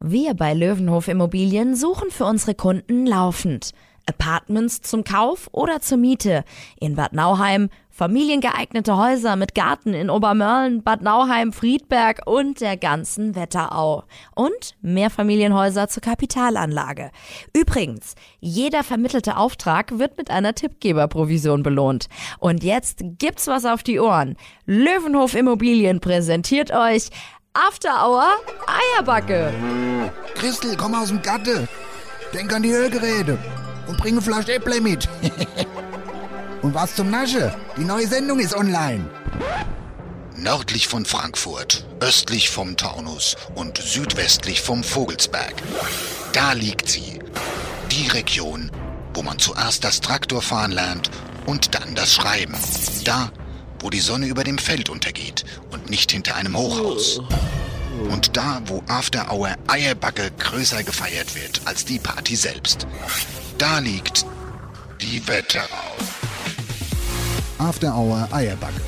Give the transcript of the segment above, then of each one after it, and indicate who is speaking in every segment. Speaker 1: Wir bei Löwenhof Immobilien suchen für unsere Kunden laufend Apartments zum Kauf oder zur Miete in Bad Nauheim, familiengeeignete Häuser mit Garten in Obermörlen, Bad Nauheim, Friedberg und der ganzen Wetterau. Und Mehrfamilienhäuser zur Kapitalanlage. Übrigens, jeder vermittelte Auftrag wird mit einer Tippgeberprovision belohnt. Und jetzt gibt's was auf die Ohren. Löwenhof Immobilien präsentiert euch After Hour Eierbacke.
Speaker 2: Christel, komm aus dem Gatte. Denk an die Ölgeräte. Und bringe Flasch Äpple mit. und was zum Nasche? Die neue Sendung ist online.
Speaker 3: Nördlich von Frankfurt, östlich vom Taunus und südwestlich vom Vogelsberg. Da liegt sie. Die Region, wo man zuerst das Traktorfahren lernt und dann das Schreiben. Da, wo die Sonne über dem Feld untergeht und nicht hinter einem Hochhaus. Und da, wo After Hour Eierbacke größer gefeiert wird als die Party selbst. Da liegt die Wetterau.
Speaker 2: After Hour Eierbacke.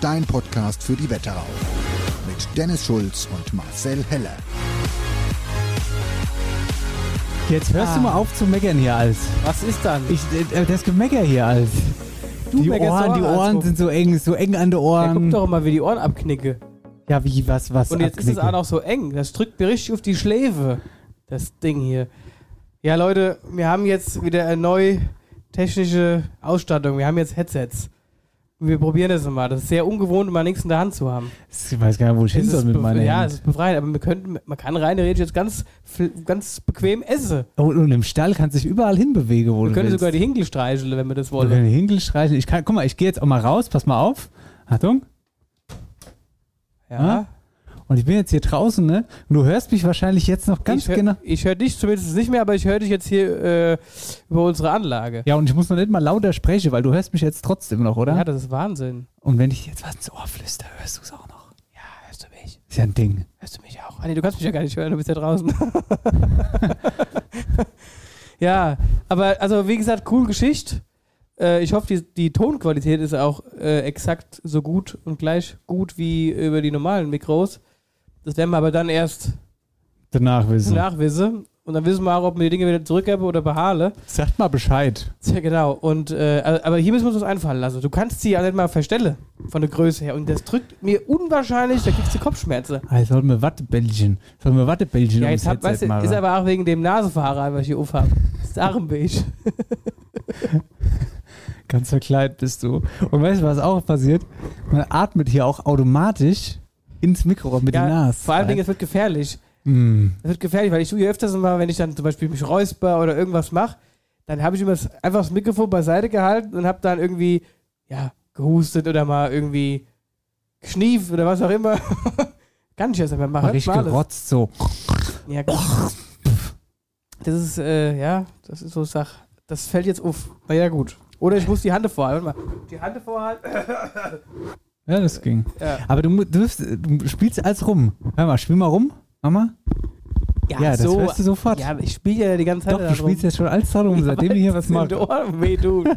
Speaker 2: Dein Podcast für die Wetterau. Mit Dennis Schulz und Marcel Heller.
Speaker 4: Jetzt hörst du
Speaker 5: Ah.
Speaker 4: mal auf zu meckern hier als.
Speaker 5: Was ist dann?
Speaker 4: Ich, äh, das Gemecker hier als.
Speaker 5: Du
Speaker 4: die
Speaker 5: meckerst
Speaker 4: Ohren,
Speaker 5: doch
Speaker 4: die
Speaker 5: auch als
Speaker 4: Ohren
Speaker 5: rum.
Speaker 4: sind so eng, so eng an den
Speaker 5: Ja, guck
Speaker 4: Ohren.
Speaker 5: doch mal, wie die Ohren abknicke.
Speaker 4: Ja, wie, was, was.
Speaker 5: Und jetzt ist es
Speaker 4: abknicken.
Speaker 5: auch noch so eng. Das drückt mir richtig auf die Schläfe. Das Ding hier. Ja, Leute, wir haben jetzt wieder eine neue technische Ausstattung. Wir haben jetzt Headsets. Und wir probieren das mal. Das ist sehr ungewohnt, mal nichts in der Hand zu haben.
Speaker 4: Ich weiß gar nicht, wo ich hin
Speaker 5: Es
Speaker 4: soll
Speaker 5: ist
Speaker 4: mit
Speaker 5: be-
Speaker 4: meiner
Speaker 5: ja, es
Speaker 4: Hand.
Speaker 5: ist befreiend, aber wir könnten, man kann rein theoretisch jetzt ganz, fl- ganz bequem essen.
Speaker 4: Oh, Und, und im Stall kannst du dich überall hinbewegen, wo
Speaker 5: Wir
Speaker 4: du
Speaker 5: können
Speaker 4: willst.
Speaker 5: sogar die Hinkel streicheln, wenn wir das
Speaker 4: Oder
Speaker 5: wollen.
Speaker 4: den Hinkel streicheln. Ich kann, guck mal, ich gehe jetzt auch mal raus, pass mal auf. Achtung. Ah,
Speaker 5: Ja.
Speaker 4: Und ich bin jetzt hier draußen, ne? Und du hörst mich wahrscheinlich jetzt noch ganz
Speaker 5: ich hör-
Speaker 4: genau.
Speaker 5: Ich höre dich zumindest nicht mehr, aber ich höre dich jetzt hier äh, über unsere Anlage.
Speaker 4: Ja, und ich muss noch nicht mal lauter sprechen, weil du hörst mich jetzt trotzdem noch, oder?
Speaker 5: Ja, das ist Wahnsinn.
Speaker 4: und wenn ich jetzt was ins Ohr flüster, hörst du es auch noch.
Speaker 5: Ja, hörst du mich?
Speaker 4: Ist ja ein Ding.
Speaker 5: Hörst du mich auch? Ah, nee, du kannst mich ja gar nicht hören, du bist ja draußen. ja, aber also wie gesagt, cool Geschichte. Äh, ich hoffe, die, die Tonqualität ist auch äh, exakt so gut und gleich gut wie über die normalen Mikros. Das werden wir aber dann erst
Speaker 4: Danach wissen.
Speaker 5: nachwissen. Und dann wissen wir auch, ob wir die Dinge wieder zurückgeben oder behahle.
Speaker 4: Sagt mal Bescheid.
Speaker 5: Ja, genau. Und, äh, aber aber hier müssen wir uns was einfallen lassen. Du kannst sie ja nicht mal verstellen von der Größe her. Und das drückt mir unwahrscheinlich, da kriegst du Kopfschmerzen.
Speaker 4: Ah, sollen wir Wattebällchen. Sollen wir Wattebällchen
Speaker 5: Ja,
Speaker 4: ums
Speaker 5: jetzt hab,
Speaker 4: Headset
Speaker 5: weißt du,
Speaker 4: machen?
Speaker 5: ist aber auch wegen dem Nasenfahrer, was ich hier aufhabe. Ist Armbeige.
Speaker 4: Ganz verkleidet bist du. Und weißt du, was auch passiert? Man atmet hier auch automatisch ins Mikro mit der
Speaker 5: Ja,
Speaker 4: Nase.
Speaker 5: vor allen Dingen, es wird gefährlich.
Speaker 4: Mm.
Speaker 5: Es wird gefährlich, weil ich tue hier öfters mal, wenn ich dann zum Beispiel mich räusper oder irgendwas mache, dann habe ich immer das, einfach das Mikrofon beiseite gehalten und habe dann irgendwie, ja, gehustet oder mal irgendwie geschnieft oder was auch immer. Kann ich das nicht mehr machen.
Speaker 4: Mal richtig
Speaker 5: Mal das.
Speaker 4: gerotzt so.
Speaker 5: Ja, gut. Das ist, äh, ja, das ist so Sach. Das fällt jetzt auf. Naja, gut. Oder ich muss die Hand vorhalten. Warte mal. Die Hand vorhalten.
Speaker 4: Ja, das ging.
Speaker 5: Ja.
Speaker 4: Aber du, mu- du, wirst- du spielst als rum. Hör mal, spiel mal rum. Mama. Ja, das hörst du sofort.
Speaker 5: Ja, aber ich spiele ja die ganze Zeit
Speaker 4: Doch, du
Speaker 5: darum.
Speaker 4: spielst jetzt schon als da rum,
Speaker 5: Ja,
Speaker 4: seitdem
Speaker 5: weil
Speaker 4: wir hier was
Speaker 5: in
Speaker 4: machen.
Speaker 5: den Ohren weh tut.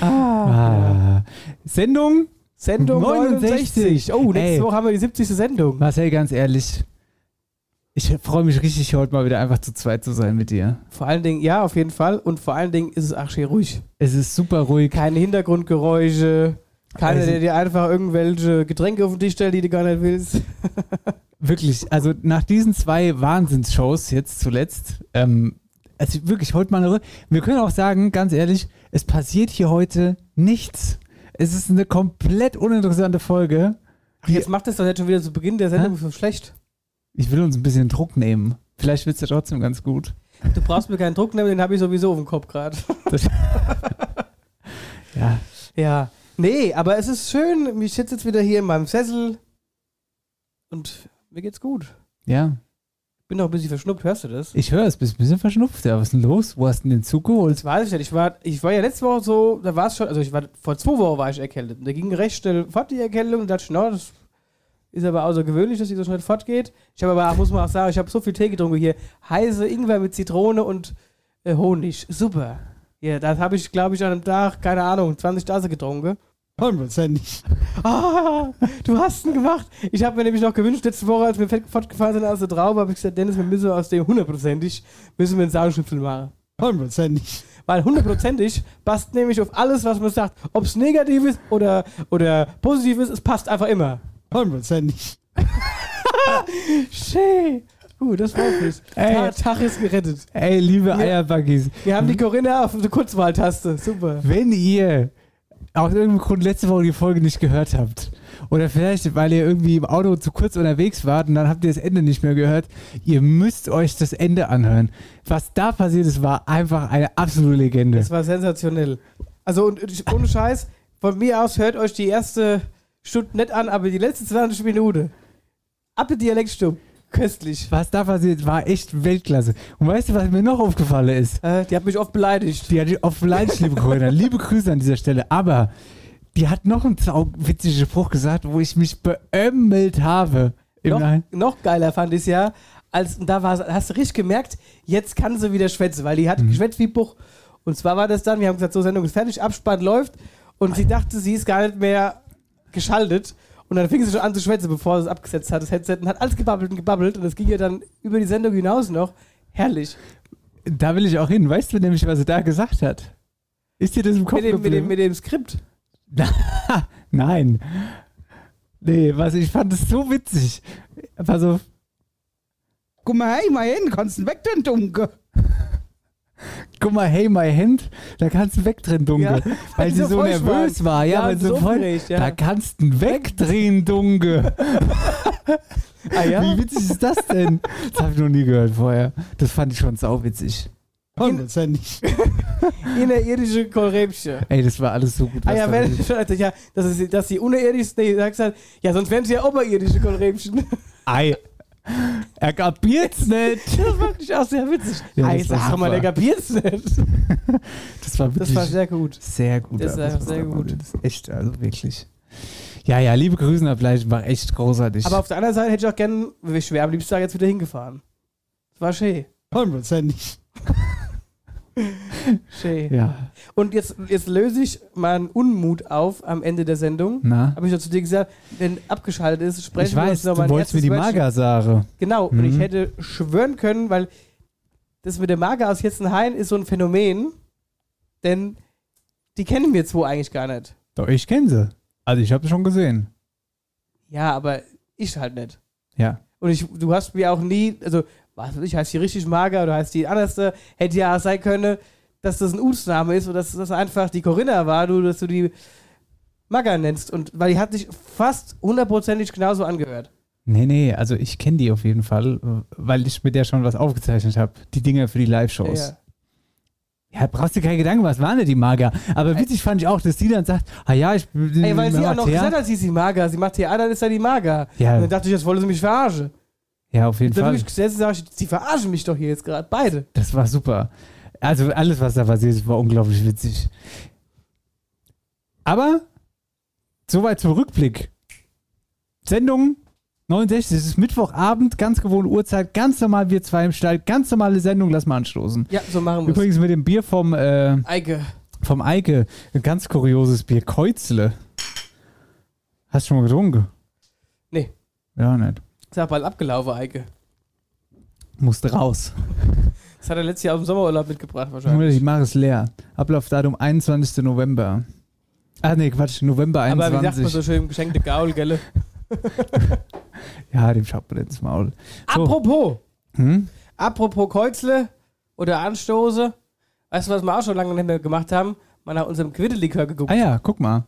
Speaker 5: ah.
Speaker 4: Ah. Sendung?
Speaker 5: Sendung 69.
Speaker 4: 69.
Speaker 5: Oh, nächste
Speaker 4: Ey.
Speaker 5: Woche haben wir die 70. Sendung.
Speaker 4: Marcel, ganz ehrlich, ich freue mich richtig, heute mal wieder einfach zu zweit zu sein mit dir.
Speaker 5: Vor allen Dingen, ja, auf jeden Fall. Und vor allen Dingen ist es auch schön ruhig.
Speaker 4: Es ist super ruhig.
Speaker 5: Keine Hintergrundgeräusche. Keiner,
Speaker 4: Also-
Speaker 5: der dir einfach irgendwelche Getränke auf den Tisch stellt, die du gar nicht willst.
Speaker 4: Wirklich, also nach diesen zwei Wahnsinnsshows jetzt zuletzt, ähm, also wirklich heute mal eine Runde. Wir können auch sagen, ganz ehrlich, es passiert hier heute nichts. Es ist eine komplett uninteressante Folge.
Speaker 5: Ach, jetzt macht es doch jetzt schon wieder zu Beginn der Sendung
Speaker 4: Hä?
Speaker 5: so schlecht.
Speaker 4: Ich will uns ein bisschen Druck nehmen. Vielleicht wird's ja trotzdem ganz gut.
Speaker 5: Du brauchst mir keinen Druck nehmen, den habe ich sowieso auf dem Kopf gerade.
Speaker 4: Ja,
Speaker 5: Ja. Nee, aber es ist schön. Ich sitze jetzt wieder hier in meinem Sessel und mir geht's gut.
Speaker 4: ja.
Speaker 5: Bin noch ein bisschen verschnupft, hörst du das?
Speaker 4: Ich höre es, bist ein bisschen verschnupft. Ja, was ist denn los? Wo hast du denn den Zug geholt?
Speaker 5: Das weiß ich nicht. Ich war, ich war ja letzte Woche so, da war es schon, also ich war vor zwei Wochen war ich erkältet. Und da ging recht schnell fort die Erkältung und dachte ich, na, das ist aber außergewöhnlich, dass die so schnell fortgeht. Ich habe aber, auch, muss man auch sagen, ich habe so viel Tee getrunken hier. Heiße Ingwer mit Zitrone und äh, Honig. Super. Ja, das habe ich, glaube ich, an einem Tag, keine Ahnung, 20 Tasse getrunken.
Speaker 6: Hundertprozentig.
Speaker 5: Ah, du hast ihn gemacht. Ich habe mir nämlich noch gewünscht, letzte Woche, als wir fett fortgefahren sind aus der Traube, habe ich gesagt, Dennis, wir müssen aus dem hundertprozentig, müssen wir einen Sauschnipsel machen.
Speaker 6: Hundertprozentig.
Speaker 5: Weil hundertprozentig passt nämlich auf alles, was man sagt. Ob es negativ ist oder, oder positiv ist, es passt einfach immer.
Speaker 6: Hundertprozentig.
Speaker 5: Schön. Uh, das war es.
Speaker 4: Ey.
Speaker 5: Ta- Tag ist gerettet.
Speaker 4: Ey, liebe Eierbuggies,
Speaker 5: Wir haben die Corinna auf der Kurzwahltaste. Super.
Speaker 4: wenn ihr aus irgendeinem Grund letzte Woche die Folge nicht gehört habt oder vielleicht, weil ihr irgendwie im Auto zu kurz unterwegs wart und dann habt ihr das Ende nicht mehr gehört, ihr müsst euch das Ende anhören. Was da passiert ist, war einfach eine absolute Legende.
Speaker 5: Das war sensationell. Also und, ich- ohne Scheiß, von mir aus hört euch die erste Stunde nicht an, aber die letzten 20 Minuten. Ab in Dialektsturm. Köstlich.
Speaker 4: Was da passiert, war echt Weltklasse. Und weißt du, was mir noch aufgefallen ist?
Speaker 5: Äh, die hat mich oft beleidigt.
Speaker 4: Die hat dich auf Lunch, liebe Corinna. liebe Grüße an dieser Stelle. Aber die hat noch einen witzigen Spruch gesagt, wo ich mich beömmelt habe. Im
Speaker 5: Noch,
Speaker 4: Nein.
Speaker 5: noch geiler fand ich es ja, als und da war, hast du richtig gemerkt, jetzt kann sie wieder schwätzen, weil die hat
Speaker 4: Mhm.
Speaker 5: geschwätzt wie Buch. Und zwar war das dann, wir haben gesagt, so Sendung ist fertig, Abspann läuft und sie dachte, sie ist gar nicht mehr geschaltet. Und dann fing sie schon an zu schwätzen, bevor sie es abgesetzt hat, das Headset, und hat alles gebabbelt und gebabbelt. Und das ging ja dann über die Sendung hinaus noch. Herrlich.
Speaker 4: Da will ich auch hin. Weißt du nämlich, was sie da gesagt hat? Ist dir das im Kopf
Speaker 5: Mit dem, mit,
Speaker 4: geblieben?
Speaker 5: dem, mit dem Skript.
Speaker 4: Nein. Nee, was ich fand es so witzig. Also, Pass auf.
Speaker 6: Guck mal, hey, mal hin, kannst du weg, den Dunkel.
Speaker 4: Guck mal, hey, my hand, da kannst du wegdrehen, Dunge.
Speaker 5: Ja,
Speaker 4: weil
Speaker 5: weil
Speaker 4: sie
Speaker 5: sie
Speaker 4: so
Speaker 5: voll
Speaker 4: nervös
Speaker 5: schwarz.
Speaker 4: war, ja,
Speaker 5: Ja,
Speaker 4: weil
Speaker 5: und
Speaker 4: sie
Speaker 5: so
Speaker 4: voll,
Speaker 5: aufgeregt, ja.
Speaker 4: da kannst du wegdrehen, Dunge.
Speaker 5: Ah
Speaker 4: Wie witzig ist das denn? Das habe ich noch nie gehört vorher. Das fand ich schon sauwitzig.
Speaker 6: Hundertprozentig.
Speaker 5: Innerirdische Kohlräbchen.
Speaker 4: Ey, das war alles so gut.
Speaker 5: Ah
Speaker 4: was
Speaker 5: ja,
Speaker 4: da
Speaker 5: wenn,
Speaker 4: passiert.
Speaker 5: ja, das ist, dass sie unerirdisch ist, nee, sagst halt, ja, sonst wären sie ja oberirdische Kohlräbchen.
Speaker 4: Ei. Er kapiert's nicht.
Speaker 5: Das fand ich auch sehr witzig.
Speaker 4: Ja,
Speaker 5: Ei,
Speaker 4: das war
Speaker 5: sag mal,
Speaker 4: super.
Speaker 5: der kapiert's nicht.
Speaker 4: Das war
Speaker 5: Das
Speaker 4: wirklich
Speaker 5: war sehr gut.
Speaker 4: sehr gut.
Speaker 5: Das war
Speaker 4: alles, was
Speaker 5: sehr
Speaker 4: da
Speaker 5: gut.
Speaker 4: passiert ist. Echt, also wirklich. Ja, ja, liebe Grüße nach Bleichen, war echt großartig.
Speaker 5: Aber auf der anderen Seite hätte ich auch gern, ich wäre am liebsten da jetzt wieder hingefahren. Das war schön.
Speaker 6: Hundertprozentig.
Speaker 5: Schön.
Speaker 4: ja,
Speaker 5: Und jetzt, jetzt löse ich meinen Unmut auf am Ende der Sendung.
Speaker 4: na.
Speaker 5: Habe ich ja zu dir gesagt, wenn abgeschaltet ist, sprechen
Speaker 4: Ich
Speaker 5: wir
Speaker 4: weiß,
Speaker 5: uns noch
Speaker 4: du
Speaker 5: mal ein
Speaker 4: wolltest mir
Speaker 5: erstes
Speaker 4: die
Speaker 5: Wörtchen.
Speaker 4: Magersache.
Speaker 5: Genau, und
Speaker 4: Mhm.
Speaker 5: ich hätte schwören können, weil das mit der Marke aus Jetzenhain ist so ein Phänomen, denn die kennen wir zwei eigentlich gar nicht.
Speaker 4: Doch, ich kenne sie. Also ich habe sie schon gesehen.
Speaker 5: Ja, aber ich halt nicht.
Speaker 4: Ja.
Speaker 5: Und ich, du hast mir auch nie, also, was weiß ich, heißt die richtig mager oder heißt die anders, hätte ja auch sein können, dass das ein Utsname ist oder dass das einfach die Corinna war, du, dass du die Mager nennst. Und weil die hat sich fast hundertprozentig genauso angehört.
Speaker 4: Nee, nee, also ich kenne die auf jeden Fall, weil ich mit der schon was aufgezeichnet habe. Die Dinger für die Live-Shows.
Speaker 5: Ja.
Speaker 4: Ja, brauchst dir keine Gedanken, was waren denn die Mager? Aber witzig fand ich auch, dass die dann sagt, ah ja, ich bin
Speaker 5: Ey, weil sie auch noch
Speaker 4: Mathe-
Speaker 5: gesagt hat, sie ist die Mager. Sie macht Theater, dann ist ja die Mager.
Speaker 4: Ja.
Speaker 5: Und dann dachte ich, jetzt wollen sie mich verarschen.
Speaker 4: Ja, auf jeden
Speaker 5: Dann
Speaker 4: Fall.
Speaker 5: bin ich gesessen und sage ich, sie verarschen mich doch hier jetzt gerade. Beide.
Speaker 4: Das war super. Also alles, was da passiert ist, war unglaublich witzig. Aber soweit zum Rückblick. Sendung 69, es ist Mittwochabend, ganz gewohnte Uhrzeit, ganz normal wir zwei im Stall, ganz normale Sendung, lass mal anstoßen.
Speaker 5: Ja, so machen wir es.
Speaker 4: Übrigens mit dem Bier vom, äh,
Speaker 5: Eike.
Speaker 4: vom Eike, ein ganz kurioses Bier, Keuzle. Hast du schon mal getrunken?
Speaker 5: Nee.
Speaker 4: Ja, nicht.
Speaker 5: Ist ja bald abgelaufen, Eike.
Speaker 4: Musste raus.
Speaker 5: Das hat er letztes Jahr auf dem Sommerurlaub mitgebracht wahrscheinlich.
Speaker 4: Mutter, ich mache es leer. Ablaufdatum 21. November. Ah, nee, Quatsch, November
Speaker 5: Aber wie sagt man
Speaker 4: 21.
Speaker 5: so schön, geschenkte Gaul, gell?
Speaker 4: ja, dem schaut man ins Maul. So.
Speaker 5: Apropos,
Speaker 4: Hm?
Speaker 5: apropos Kreuzle oder Anstoße. Weißt du, was wir auch schon lange nicht mehr gemacht haben? Man hat unserem Quiddelikör geguckt.
Speaker 4: Ah ja, guck mal.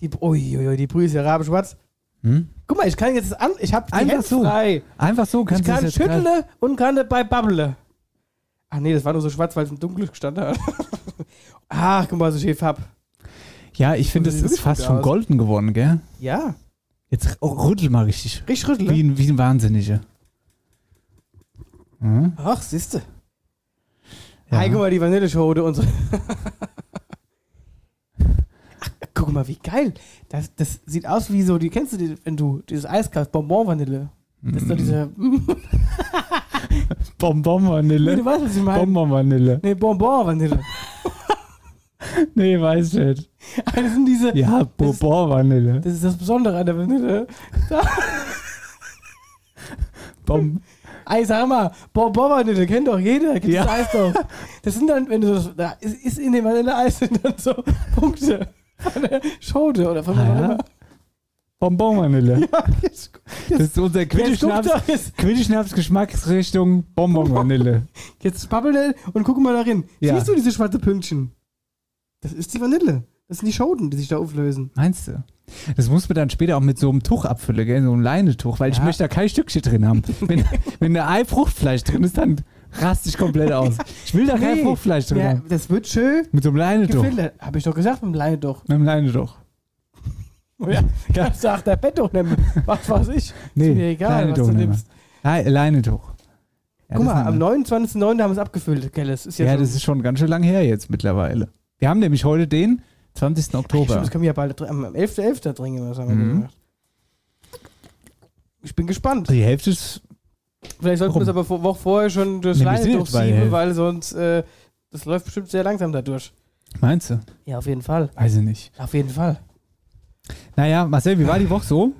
Speaker 5: Die, uiuiui, die Brühe ist ja rabenschwarz.
Speaker 4: Hm?
Speaker 5: Guck mal, ich kann jetzt an, ich hab die
Speaker 4: Einfach
Speaker 5: Hände
Speaker 4: so.
Speaker 5: frei.
Speaker 4: Einfach so kannst
Speaker 5: Ich
Speaker 4: du es
Speaker 5: kann
Speaker 4: jetzt grad-
Speaker 5: schüttle und kann dabei babble. Ach nee, das war nur so schwarz, weil es im Dunkeln gestanden hat. Ach, guck mal, was ich hier hab.
Speaker 4: Ja, ich finde,
Speaker 5: Das
Speaker 4: es
Speaker 5: sieht
Speaker 4: ist
Speaker 5: wirklich
Speaker 4: fast
Speaker 5: gut
Speaker 4: schon
Speaker 5: aus.
Speaker 4: golden geworden, gell?
Speaker 5: Ja,
Speaker 4: Jetzt oh, rüttel mal richtig.
Speaker 5: richtig rütteln.
Speaker 4: Wie ein, wie ein Wahnsinniger. Hm?
Speaker 5: Ach, siehste.
Speaker 4: Ja.
Speaker 5: Hey, guck mal, die Vanilleschote und so. Ach, guck mal, wie geil. Das, das sieht aus wie so, die kennst du, die, wenn du dieses Eis kaufst, Bonbon-Vanille. Das ist doch diese,
Speaker 4: Mm.
Speaker 5: hm, du
Speaker 4: Bonbon Vanille.
Speaker 5: weißt, was ich meine.
Speaker 4: Bonbon Vanille.
Speaker 5: Nee, Bonbon-Vanille.
Speaker 4: Nee, weiß nicht.
Speaker 5: Das sind diese.
Speaker 4: Ja, Bourbon-Vanille.
Speaker 5: Das ist das Besondere an der Vanille.
Speaker 4: Bom.
Speaker 5: Ey, sag mal, Bourbon-Vanille kennt doch jeder. Gibt
Speaker 4: Ja.
Speaker 5: das Eis doch. Das sind dann, wenn du das, da ist, ist in dem Vanille-Eis sind dann so Punkte von der Schote oder von der
Speaker 4: Ah, ja?
Speaker 5: Vanille.
Speaker 4: Bonbon-Vanille.
Speaker 5: Jetzt-
Speaker 4: Das ist unser
Speaker 5: Jetzt, guck
Speaker 4: Quidditch-Schnaps.
Speaker 5: doch, jetzt,
Speaker 4: Quidditch-Schnaps-Geschmacksrichtung Bonbon-Vanille.
Speaker 5: jetzt babbel schnell und guck mal darin.
Speaker 4: Ja.
Speaker 5: Siehst du diese schwarze Pünktchen? Das ist die Vanille. Das sind die Schoten, die sich da auflösen.
Speaker 4: Meinst du? Das muss man dann später auch mit so einem Tuch abfüllen, gell? so einem Leinetuch, weil ich
Speaker 5: Ja.
Speaker 4: möchte da kein Stückchen drin haben. Wenn, wenn da ein Fruchtfleisch drin ist, dann raste ich komplett aus. Ich will da kein
Speaker 5: Nee.
Speaker 4: Fruchtfleisch drin
Speaker 5: Ja,
Speaker 4: haben.
Speaker 5: das wird schön
Speaker 4: Mit so einem Leinetuch. Mit
Speaker 5: gefiltert. Hab ich doch gesagt beim Leine doch.
Speaker 4: einem Leinetuch.
Speaker 5: Ja, ja. sagt der Bett doch nicht. Was weiß ich.
Speaker 4: Nee,
Speaker 5: ist mir egal, was
Speaker 4: Leinetuch.
Speaker 5: du
Speaker 4: nehmen wir.
Speaker 5: nimmst.
Speaker 4: Nein, Leinetuch. Ja,
Speaker 5: Guck
Speaker 4: das
Speaker 5: mal,
Speaker 4: nehmen
Speaker 5: am
Speaker 4: wir.
Speaker 5: 29.09. haben wir es abgefüllt, Kellis. Ist
Speaker 4: Ja,
Speaker 5: schon-
Speaker 4: das ist schon ganz schön lang her jetzt mittlerweile. Wir haben nämlich heute den 20.
Speaker 5: Stimmt,
Speaker 4: Oktober.
Speaker 5: das können wir ja bald dr- am am 11.11. trinken. Was haben wir
Speaker 4: Mhm.
Speaker 5: gemacht? Ich bin gespannt.
Speaker 4: Die Hälfte ist.
Speaker 5: Vielleicht sollten wir
Speaker 4: Warum?
Speaker 5: es aber vor, Woche vorher schon das
Speaker 4: Nee, wir
Speaker 5: Leine
Speaker 4: sind jetzt bei der
Speaker 5: durchsieben,
Speaker 4: Hälfte.
Speaker 5: weil sonst äh, das läuft bestimmt sehr langsam dadurch.
Speaker 4: Meinst du?
Speaker 5: Ja, auf jeden Fall.
Speaker 4: Weiß ich nicht.
Speaker 5: Auf jeden Fall.
Speaker 4: Naja, Marcel, wie war die Woche so?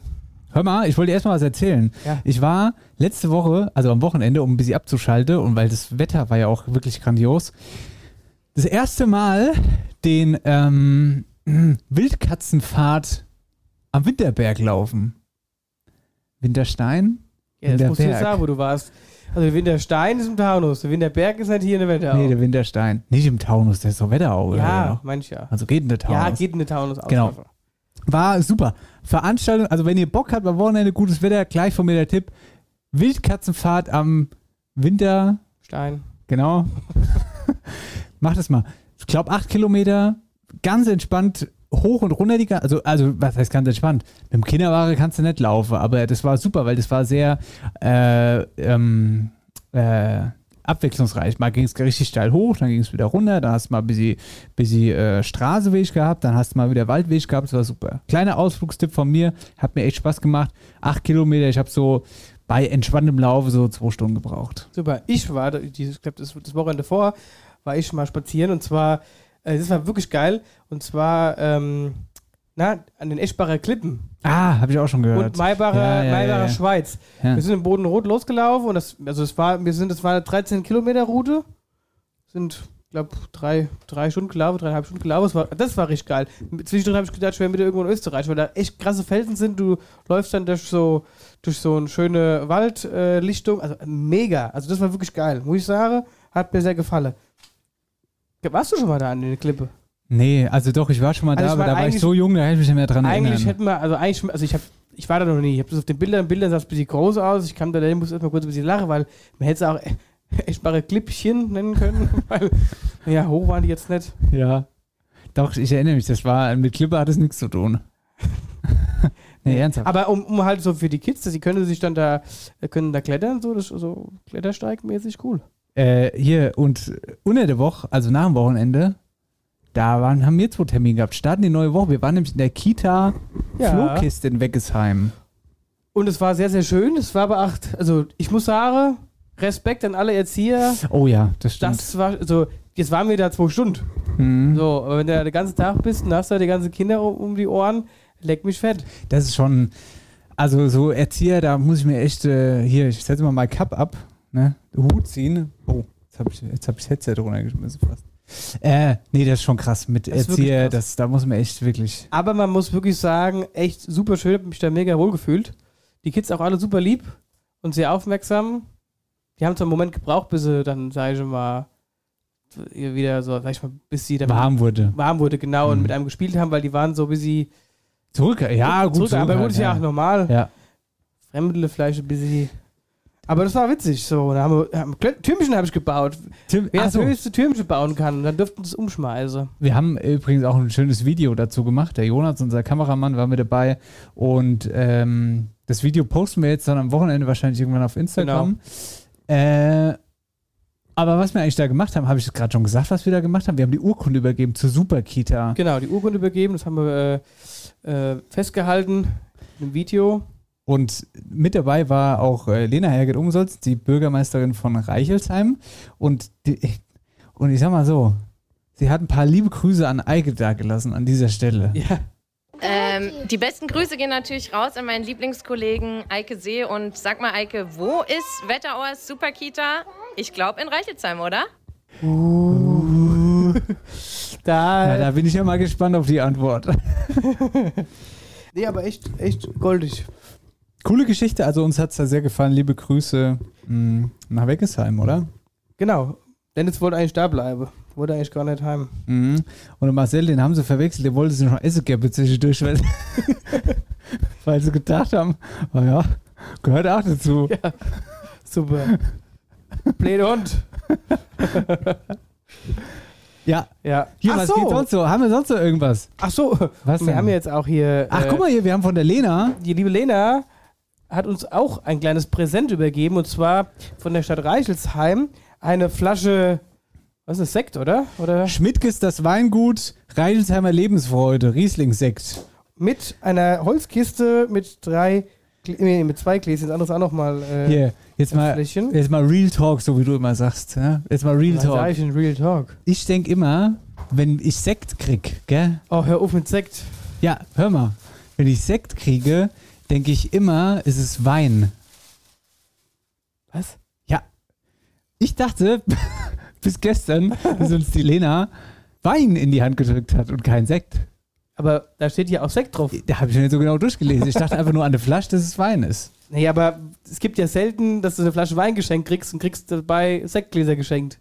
Speaker 4: Hör mal, ich wollte dir erstmal was erzählen.
Speaker 5: Ja.
Speaker 4: Ich war letzte Woche, also am Wochenende, um ein bisschen abzuschalten und weil das Wetter war ja auch wirklich grandios, das erste Mal den ähm, Wildkatzenpfad am Winterberg laufen. Winterstein?
Speaker 5: Ja, das
Speaker 4: Winterberg.
Speaker 5: musst du jetzt sagen, wo du warst. Also der Winterstein ist im Taunus, der Winterberg ist halt hier in der Wetterau.
Speaker 4: Nee, der Winterstein. Nicht im Taunus, der ist doch Wetterau.
Speaker 5: ja,
Speaker 4: Oder?
Speaker 5: manch ja.
Speaker 4: Also geht in der Taunus.
Speaker 5: Ja, geht in der Taunus aus.
Speaker 4: Genau. War super. Veranstaltung, also wenn ihr Bock habt am Wochenende, gutes Wetter, gleich von mir der Tipp. Wildkatzenfahrt am Winter,
Speaker 5: Stein.
Speaker 4: genau. Macht es mal. Ich glaube, acht Kilometer, ganz entspannt hoch und runter die Ga- also also was heißt ganz entspannt mit dem Kinderware kannst du nicht laufen aber das war super weil das war sehr äh, ähm, äh, abwechslungsreich mal ging es richtig steil hoch dann ging es wieder runter dann hast du mal ein bisschen, bisschen äh, Straßeweg gehabt dann hast du mal wieder Waldweg gehabt das war super kleiner Ausflugstipp von mir hat mir echt Spaß gemacht acht Kilometer ich habe so bei entspanntem Laufe so zwei Stunden gebraucht
Speaker 5: Super. Ich war, da- dieses, ich glaube, das, das Wochenende vor, war ich mal spazieren und zwar, äh, das war wirklich geil und zwar, ähm, na, an den Eschbacher Klippen
Speaker 4: ah habe ich auch schon gehört
Speaker 5: und Maibacher,
Speaker 4: Ja, ja,
Speaker 5: Maibacher
Speaker 4: ja, ja.
Speaker 5: Schweiz.
Speaker 4: Ja.
Speaker 5: Wir sind im Boden rot losgelaufen und das, also es war, wir sind, das war eine 13 Kilometer Route, sind, glaube drei, drei Stunden gelaufen, dreieinhalb Stunden gelaufen. Das war, das war richtig geil. Zwischendrin habe ich gedacht, ich wäre wieder irgendwo in Österreich, weil da echt krasse Felsen sind. Du läufst dann durch so, durch so eine schöne Waldlichtung. Äh, Lichtung. also mega. Also das war wirklich geil. Muss ich sagen, hat mir sehr gefallen. Warst du schon mal da an der Klippe?
Speaker 4: Nee, also doch, ich war schon mal
Speaker 5: Also
Speaker 4: da,
Speaker 5: ich
Speaker 4: aber
Speaker 5: war
Speaker 4: da war ich
Speaker 5: eigentlich-
Speaker 4: so jung, da hätte ich mich nicht mehr dran erinnern.
Speaker 5: Eigentlich hätten wir, also eigentlich, also ich habe, ich war da noch nie. Ich habe das auf den Bildern, Bildern sah es ein bisschen groß aus. Ich kam da, dahin, musste erstmal kurz ein bisschen lachen, weil man hätte es auch e- echtbare Klippchen nennen können, weil, ja, hoch waren die jetzt nicht.
Speaker 4: Ja. Doch, ich erinnere mich, das war, mit Klippe hat es nichts zu tun. nee, ernsthaft.
Speaker 5: Aber um, um halt so für die Kids, dass sie können sich dann da, können da klettern, so, das, so Klettersteigmäßig cool.
Speaker 4: Äh, hier, und unter der Woche, also nach dem Wochenende, da waren, haben wir zwei Termine gehabt. Starten die neue Woche. Wir waren nämlich in der Kita Flohkiste in Weggesheim.
Speaker 5: Und es war sehr, sehr schön. Es war beacht, also ich muss sagen, Respekt an alle Erzieher.
Speaker 4: Oh ja, das stimmt.
Speaker 5: Das war, also, jetzt waren wir da zwei Stunden.
Speaker 4: mhm.
Speaker 5: So, aber wenn du da den ganzen Tag bist und hast da die ganzen Kinder um, um die Ohren, leck mich fett.
Speaker 4: das ist schon, also so Erzieher, da muss ich mir echt, äh, hier, ich setze mal meinen Cup ab, ne, Hut ziehen. Oh, jetzt habe ich, jetzt hab ich das Headset runtergeschmissen fast. Äh, nee, das ist schon krass mit
Speaker 5: Das ist wirklich
Speaker 4: Erzieher,
Speaker 5: krass.
Speaker 4: Das, da muss man echt wirklich,
Speaker 5: Aber man muss wirklich sagen, echt super schön, hab mich da mega wohl gefühlt. Die Kids auch alle super lieb und sehr aufmerksam. Die haben zwar einen Moment gebraucht, bis sie dann, sage ich mal, ihr wieder so, sag ich mal, bis sie dann
Speaker 4: warm wurde.
Speaker 5: warm wurde, genau, und
Speaker 4: Mhm.
Speaker 5: mit einem gespielt haben, weil die waren so, wie sie.
Speaker 4: Zurück, ja, gut. halt,
Speaker 5: zurück, aber gut, ist ja auch normal.
Speaker 4: Ja.
Speaker 5: Fremdle vielleicht ein bisschen. Aber das war witzig, so. Da haben wir, haben, Türmchen habe ich gebaut.
Speaker 4: Tim,
Speaker 5: Wer
Speaker 4: ach
Speaker 5: das
Speaker 4: so,
Speaker 5: höchste Türmchen bauen kann, dann dürften sie es umschmeißen.
Speaker 4: wir haben übrigens auch ein schönes Video dazu gemacht. Der Jonas, unser Kameramann, war mit dabei. Und ähm, das Video posten wir jetzt dann am Wochenende wahrscheinlich irgendwann auf Instagram. Äh, aber was wir eigentlich da gemacht haben, habe ich gerade schon gesagt, was wir da gemacht haben. Wir haben die Urkunde übergeben zur Superkita.
Speaker 5: Genau, die Urkunde übergeben, das haben wir äh, äh, festgehalten im Video.
Speaker 4: Und mit dabei war auch äh, Lena herget umsonst die Bürgermeisterin von Reichelsheim. Und, die, und ich sag mal so, Sie hat ein paar liebe Grüße an Eike dagelassen an dieser Stelle.
Speaker 5: Ja.
Speaker 7: Ähm, die besten Grüße gehen natürlich raus an meinen Lieblingskollegen Eike See. Und sag mal, Eike, wo ist Wetterauers Superkita? Ich glaube in Reichelsheim, oder?
Speaker 4: Na,
Speaker 5: Da,
Speaker 4: da bin ich Uh. ja mal gespannt auf die Antwort.
Speaker 5: Nee, aber echt, echt goldig.
Speaker 4: Coole Geschichte, also uns hat es da sehr gefallen. Liebe Grüße mh, nach Weckesheim, oder?
Speaker 5: Genau. Dennis wollte eigentlich da bleiben. Wollte eigentlich gar nicht heim.
Speaker 4: Mhm. Und den Marcel, den haben sie verwechselt, der wollte sie noch essen gerne zwischendurch, weil, weil sie gedacht haben, oh ja, gehört auch dazu.
Speaker 5: Super. Blöde Hund.
Speaker 4: Ja,
Speaker 5: Ja.
Speaker 4: hier,
Speaker 5: Ach
Speaker 4: was
Speaker 5: so.
Speaker 4: geht sonst so? Haben wir sonst so irgendwas?
Speaker 5: Ach so.
Speaker 4: Was
Speaker 5: wir
Speaker 4: denn?
Speaker 5: haben äh, jetzt auch hier.
Speaker 4: Ach, guck mal hier, wir haben von der Lena.
Speaker 5: Die liebe Lena hat uns auch ein kleines Präsent übergeben und zwar von der Stadt Reichelsheim eine Flasche. Was ist das? Sekt, oder? Oder?
Speaker 4: Schmidtges das Weingut, Reidelsheimer Lebensfreude, Rieslingsekt.
Speaker 5: Mit einer Holzkiste mit drei. Glä- Nee, mit zwei Gläschen. Das andere ist auch nochmal. Äh,
Speaker 4: Hier, jetzt
Speaker 5: ein
Speaker 4: mal,
Speaker 5: Fläschchen.
Speaker 4: jetzt mal Real Talk, so wie du immer sagst. Ja? Jetzt mal Real
Speaker 5: was sag
Speaker 4: Talk.
Speaker 5: ich denn? Real Talk.
Speaker 4: Ich denke immer, wenn ich Sekt krieg, gell?
Speaker 5: Oh, hör auf mit Sekt.
Speaker 4: Ja, hör mal. Wenn ich Sekt kriege, denke ich immer, es ist Wein.
Speaker 5: Was?
Speaker 4: Ja. Ich dachte bis gestern, dass uns die Lena Wein in die Hand gedrückt hat und kein Sekt.
Speaker 5: Aber da steht hier auch Sekt drauf.
Speaker 4: Da habe ich mir nicht so genau durchgelesen. Ich dachte einfach nur an der Flasche, dass es Wein ist.
Speaker 5: Naja, aber es gibt ja selten, dass du eine Flasche Wein geschenkt kriegst und kriegst dabei Sektgläser geschenkt.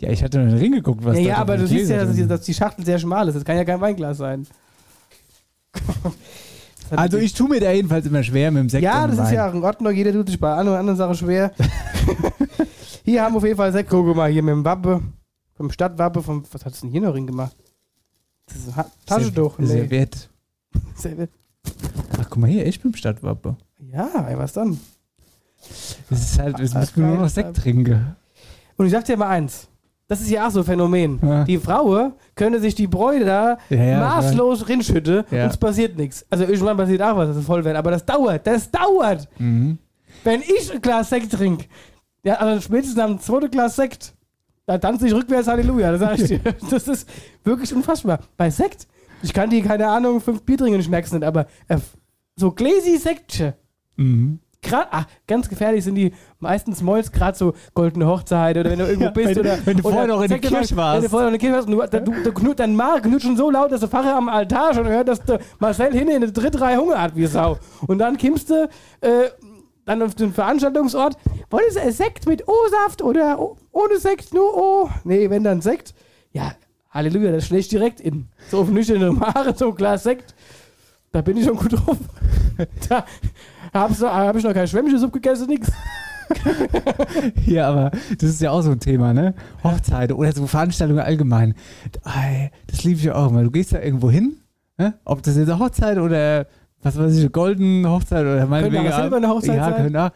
Speaker 4: Ja, ich hatte nur in den Ring geguckt, was
Speaker 5: Ja,
Speaker 4: da
Speaker 5: ja
Speaker 4: drin
Speaker 5: aber du
Speaker 4: mit
Speaker 5: siehst ja,
Speaker 4: Gläser
Speaker 5: dass
Speaker 4: drin
Speaker 5: die,
Speaker 4: ist.
Speaker 5: dass die Schachtel sehr schmal ist. Das kann ja kein Weinglas sein. Das hat-
Speaker 4: Also ich tue mir da jedenfalls immer schwer mit dem Sekt
Speaker 5: Ja,
Speaker 4: und
Speaker 5: das ist
Speaker 4: Wein.
Speaker 5: ja auch in Ordnung. Jeder tut sich bei einer oder anderen Sache schwer. hier haben wir auf jeden Fall Sekt. Guck mal, hier mit dem Wappe. Vom Stadtwappe. Vom, was hat denn hier noch drin gemacht? Das ist ein Ha- Taschentuch.
Speaker 4: Sehr
Speaker 5: Nee.
Speaker 4: wert.
Speaker 5: Serviette.
Speaker 4: Ach, guck mal hier, ich bin im Stadtwappe.
Speaker 5: Ja, ey, was dann?
Speaker 4: Das ist halt, jetzt
Speaker 5: Ah,
Speaker 4: müssen wir nur noch
Speaker 5: geil.
Speaker 4: Sekt trinken.
Speaker 5: Und ich sag dir mal eins. Das ist ja auch so ein Phänomen.
Speaker 4: Ja.
Speaker 5: Die Frau könnte sich die Bräuter
Speaker 4: Ja, ja,
Speaker 5: maßlos rinschütte
Speaker 4: Ja.
Speaker 5: und es passiert nichts. Also irgendwann passiert auch was, das ist voll wert. Aber das dauert, das dauert.
Speaker 4: Mhm.
Speaker 5: Wenn ich ein Glas Sekt trinke, ja, also spätestens am zweiten Glas Sekt, da tanze ich rückwärts Halleluja, das sag ich dir. Das ist wirklich unfassbar. Bei Sekt, ich kann die, keine Ahnung, fünf Bier trinken und ich merk's nicht, aber äh, so gläsi Sektchen,
Speaker 4: Mhm.
Speaker 5: Grad, ach, ah, ganz gefährlich sind die meistens Molls, gerade so goldene Hochzeit oder wenn du irgendwo bist
Speaker 4: wenn-
Speaker 5: oder.
Speaker 4: wenn du
Speaker 5: oder
Speaker 4: vorher noch in der
Speaker 5: sag dir mal,
Speaker 4: Kirche warst.
Speaker 5: Wenn du vorher noch in der Kirche warst und du, du, du knut, dein Magen knutscht schon so laut, dass der Pfarrer am Altar schon hört, dass der Marcel hinten in der dritten Reihe Hunger hat wie Sau. Und dann kimmst du äh, dann auf den Veranstaltungsort. Wollen Sie ein Sekt mit O-Saft oder o ohne Sekt, nur O? Nee, wenn dann Sekt. Ja, Halleluja, das schlägt direkt in. So auf nüchterne Mare, so ein Glas Sekt. Da bin ich schon gut drauf. Da habe hab ich noch kein schwäbische Suppe gegessen, nix.
Speaker 4: Ja, aber das ist ja auch so ein Thema, ne? Hochzeiten oder so Veranstaltungen allgemein. Ei, Das liebe ich ja auch immer. Du gehst da irgendwo hin, ne? ob das jetzt eine Hochzeit oder was weiß ich, eine goldene Hochzeit oder meinetwegen.
Speaker 5: auch eine silberne Hochzeit
Speaker 4: ja,
Speaker 5: sein.
Speaker 4: Können auch.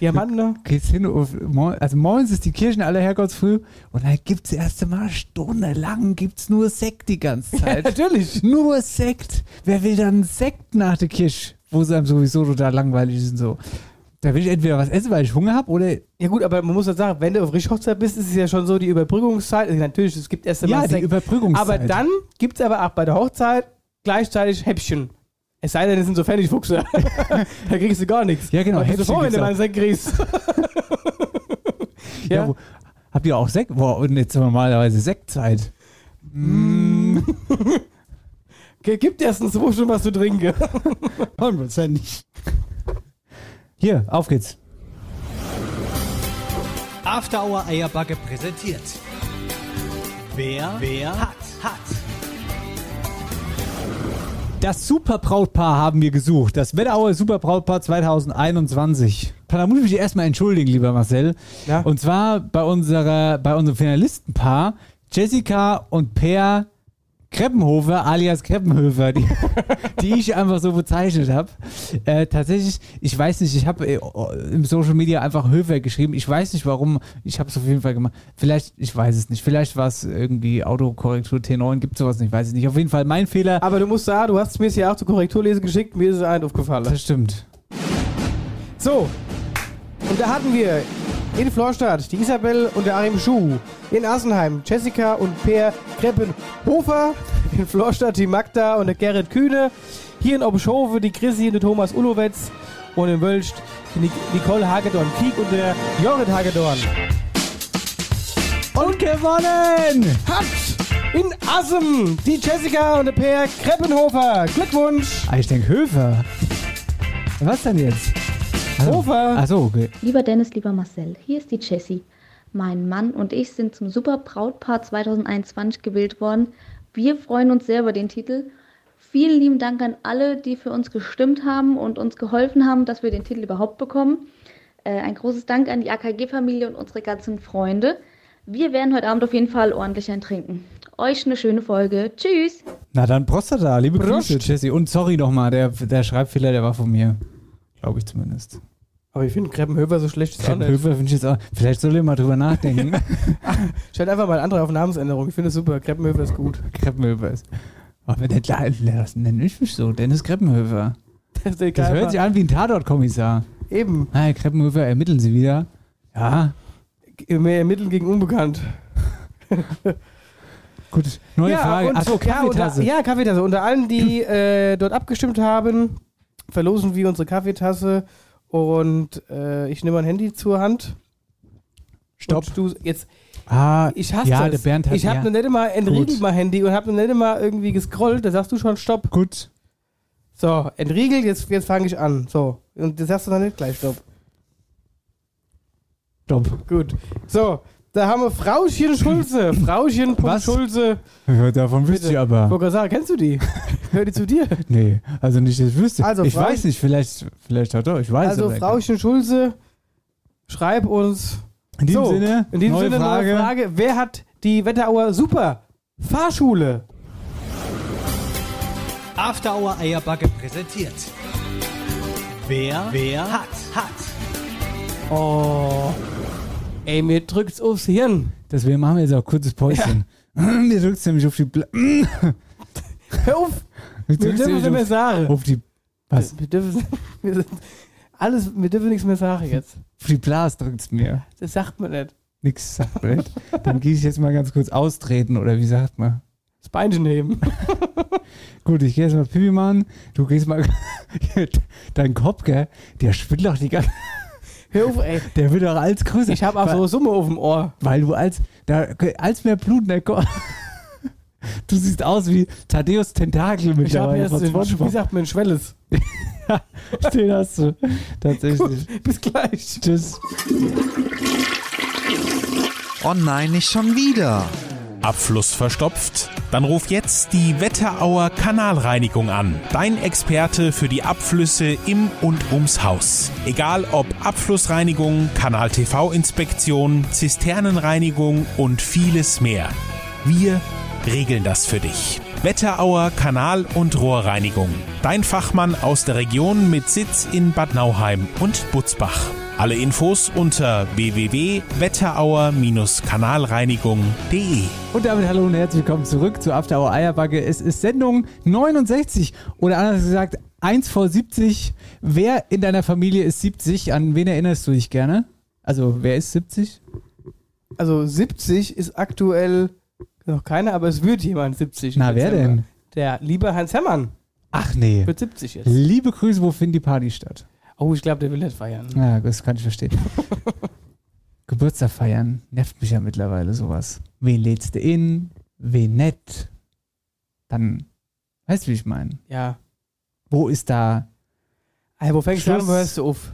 Speaker 5: Diamanten, ne?
Speaker 4: Gehst hin, auf, mor- also morgens ist die Kirche in aller Herrgottsfrüh und dann gibt es erste Mal stundenlang gibt's nur Sekt die ganze Zeit.
Speaker 5: Natürlich.
Speaker 4: Nur Sekt. Wer will dann Sekt nach der Kirche, wo es einem sowieso total langweilig ist und so. Da will ich entweder was essen, weil ich Hunger habe oder
Speaker 5: Ja gut, aber man muss ja sagen, wenn du auf richtig Hochzeit bist, ist es ja schon so die Überbrückungszeit. Also natürlich, es gibt erst einmal
Speaker 4: ja, die
Speaker 5: Sekt.
Speaker 4: Überbrückungszeit.
Speaker 5: Aber dann gibt es aber auch bei der Hochzeit gleichzeitig Häppchen. Es sei denn, es sind so Fertigfuchse. da kriegst du gar nichts.
Speaker 4: Ja, genau,
Speaker 5: Da bist du
Speaker 4: Häppchen
Speaker 5: froh, wenn
Speaker 4: gibt's
Speaker 5: du
Speaker 4: auch.
Speaker 5: mal einen Sekt kriegst.
Speaker 4: Ja.
Speaker 5: ja.
Speaker 4: wo, habt ihr auch Sekt? Boah, und jetzt normalerweise Sektzeit.
Speaker 5: Ge- Gibt erstens wo schon was zu trinken.
Speaker 6: Hundertprozentig.
Speaker 4: Hier, auf geht's.
Speaker 8: After Hour Eierbacke präsentiert. Wer, wer hat, hat.
Speaker 4: Das Superbrautpaar haben wir gesucht. Das Wetterauer Superbrautpaar 2021. Da muss ich mich erstmal entschuldigen, lieber Marcel.
Speaker 5: Ja.
Speaker 4: Und zwar bei, unserer, bei unserem Finalistenpaar Jessica und Per Kreppenhofer alias Kreppenhöfer, die, die ich einfach so bezeichnet habe. Äh, tatsächlich, ich weiß nicht, ich habe äh, im Social Media einfach Höfer geschrieben. Ich weiß nicht warum, ich habe es auf jeden Fall gemacht. Vielleicht, ich weiß es nicht. Vielleicht war es irgendwie Autokorrektur T9, gibt sowas nicht, weiß ich nicht. Auf jeden Fall mein Fehler.
Speaker 5: Aber du musst sagen, du hast es mir ja auch zur Korrekturlese geschickt, mir ist es ein aufgefallen.
Speaker 4: Das stimmt.
Speaker 5: So, und da hatten wir In Florstadt die Isabel und der Arim Schuh. In Assenheim Jessica und Per Kreppenhofer. In Florstadt die Magda und der Gerrit Kühne. Hier in Obischhofe die Chrissy und der Thomas Ulowetz. Und in Wölst die Nic- Nicole Hagedorn Kiek und der Jorrit Hagedorn.
Speaker 4: Und gewonnen!
Speaker 5: Hat in Assem die Jessica und der Per Kreppenhofer. Glückwunsch!
Speaker 4: Ah, ich denke Höfer. Was denn jetzt?
Speaker 5: Hofer!
Speaker 4: Achso, Ah. okay.
Speaker 9: Lieber Dennis, lieber Marcel, hier ist die Jessie. Mein Mann und ich sind zum Super Brautpaar 2021 gewählt worden. Wir freuen uns sehr über den Titel. Vielen lieben Dank an alle, die für uns gestimmt haben und uns geholfen haben, dass wir den Titel überhaupt bekommen. Äh, ein großes Dank an die AKG-Familie und unsere ganzen Freunde. Wir werden heute Abend auf jeden Fall ordentlich ein trinken. Euch eine schöne Folge. Tschüss!
Speaker 4: Na dann Prostata, liebe
Speaker 5: Prost.
Speaker 4: Grüße, Jesse. Und sorry nochmal, der, der Schreibfehler, der war von mir. Glaube ich zumindest.
Speaker 5: Aber ich finde Kreppenhofer so schlecht. ist auch nicht.
Speaker 4: Höfer finde ich jetzt auch. Vielleicht soll ich mal drüber nachdenken.
Speaker 5: Stellt einfach mal andere auf Namensänderung. Ich finde es super. Kreppenhöfer ist gut.
Speaker 4: Kreppenhöfer ist. Aber wenn der klar das nenne ich mich so. Dennis Kreppenhöfer.
Speaker 5: Das, ist egal.
Speaker 4: Das hört sich an wie ein Tatort-Kommissar.
Speaker 5: Eben.
Speaker 4: Ah, Herr Kreppenhöfer, ermitteln Sie wieder. Ja,
Speaker 5: Mehr ermitteln gegen unbekannt.
Speaker 4: gut. Neue Frage.
Speaker 5: und-
Speaker 4: Achso, Kaffeetasse.
Speaker 5: Ja, unter, ja, Kaffeetasse. Unter allen, die äh, dort abgestimmt haben, verlosen wir unsere Kaffeetasse. Und äh, ich nehme mein Handy zur Hand.
Speaker 4: Stopp.
Speaker 5: Und du, jetzt,
Speaker 4: Ah,
Speaker 5: ich hasse
Speaker 4: ja,
Speaker 5: das.
Speaker 4: der Bernd hat
Speaker 5: ich habe
Speaker 4: ja.
Speaker 5: noch nicht mal entriegelt
Speaker 4: Gut.
Speaker 5: mein Handy und habe noch nicht mal irgendwie gescrollt. Da sagst du schon Stopp.
Speaker 4: Gut.
Speaker 5: So, entriegelt, jetzt, jetzt fange ich an. So. Und das sagst du dann nicht gleich Stopp.
Speaker 4: Stopp.
Speaker 5: Gut. So, da haben wir Frauchen Schulze. Frauchen Punkt
Speaker 4: Was?
Speaker 5: Schulze.
Speaker 4: Ja, davon wüsste
Speaker 5: Bitte.
Speaker 4: ich aber.
Speaker 5: Wollte gerade sagen, kennst du die? Hör die zu dir.
Speaker 4: Nee, also nicht, dass ich wüsste.
Speaker 5: Also,
Speaker 4: ich
Speaker 5: Frau-
Speaker 4: weiß nicht, vielleicht, vielleicht hat er, ich weiß
Speaker 5: Also,
Speaker 4: aber-
Speaker 5: Frauchen Schulze, schreib uns.
Speaker 4: In diesem
Speaker 5: so,
Speaker 4: Sinne,
Speaker 5: in diesem
Speaker 4: neue
Speaker 5: Sinne
Speaker 4: Frage.
Speaker 5: neue Frage. Wer hat die Wetterauer Super Fahrschule?
Speaker 8: After Hour Eierbacke präsentiert. Wer, wer hat, hat.
Speaker 5: Oh. Ey, mir drückt's aufs Hirn.
Speaker 4: Das wir machen jetzt auch kurzes Päuschen. Mir drückt es nämlich auf die Bla
Speaker 5: Hör auf,
Speaker 4: Mir
Speaker 5: wir
Speaker 4: drückt's
Speaker 5: dürfen nicht mehr
Speaker 4: nämlich auf,
Speaker 5: sagen.
Speaker 4: auf die was?
Speaker 5: Also, Wir dürfen, wir sind, alles, wir dürfen nichts mehr sagen jetzt.
Speaker 4: Auf die Blas drückt es mir.
Speaker 5: Das sagt man nicht.
Speaker 4: Nix sagt man nicht. Dann gehe ich jetzt mal ganz kurz austreten oder wie sagt man?
Speaker 5: Das Beinchen heben.
Speaker 4: Gut, ich gehe jetzt mal Pipi machen. Du gehst mal dein Kopf, gell? Der spinnt doch die ganze
Speaker 5: Hör auf, ey.
Speaker 4: Der wird doch als größer.
Speaker 5: Ich habe auch so
Speaker 4: weil,
Speaker 5: eine Summe auf dem Ohr.
Speaker 4: weil du als da, als mehr Blut in der Kopf. Du siehst aus wie Thaddeus Tentakel
Speaker 5: Ich habe
Speaker 4: mittlerweile
Speaker 5: jetzt, den, wie sagt man, Schwelles.
Speaker 4: Den hast du. Tatsächlich.
Speaker 5: Bis gleich.
Speaker 4: Tschüss.
Speaker 10: Oh nein, nicht schon wieder.
Speaker 11: Abfluss verstopft? Dann ruf jetzt die Wetterauer Kanalreinigung an. Dein Experte für die Abflüsse im und ums Haus. Egal ob Abflussreinigung, Kanal-TV-Inspektion, Zisternenreinigung und vieles mehr. Wir regeln das für dich. Wetterauer Kanal- und Rohrreinigung. Dein Fachmann aus der Region mit Sitz in Bad Nauheim und Butzbach. Alle Infos unter www.wetterauer-kanalreinigung.de.
Speaker 4: Und damit hallo und herzlich willkommen zurück zu After Hour Eierbacke. Es ist Sendung 69 oder anders gesagt 1 vor 70. Wer in deiner Familie ist 70? An wen erinnerst du dich gerne? Also, wer ist 70?
Speaker 5: Also 70 ist aktuell noch keiner, aber es wird jemand 70. im
Speaker 4: Na, wer
Speaker 5: Dezember.
Speaker 4: denn?
Speaker 5: Der liebe Hans Hermann
Speaker 4: Ach nee.
Speaker 5: wird 70 jetzt.
Speaker 4: Liebe Grüße, wo findet die Party statt?
Speaker 5: Oh, ich glaube, der will nicht feiern.
Speaker 4: Ja, das kann ich verstehen. Geburtstag feiern nervt mich ja mittlerweile sowas. Wen lädst du in? Wen nett? Dann, weißt du, wie ich meine?
Speaker 5: Ja.
Speaker 4: Wo ist da
Speaker 5: Ey, wo fängst du an,
Speaker 4: Schluss.
Speaker 5: wo hörst du auf?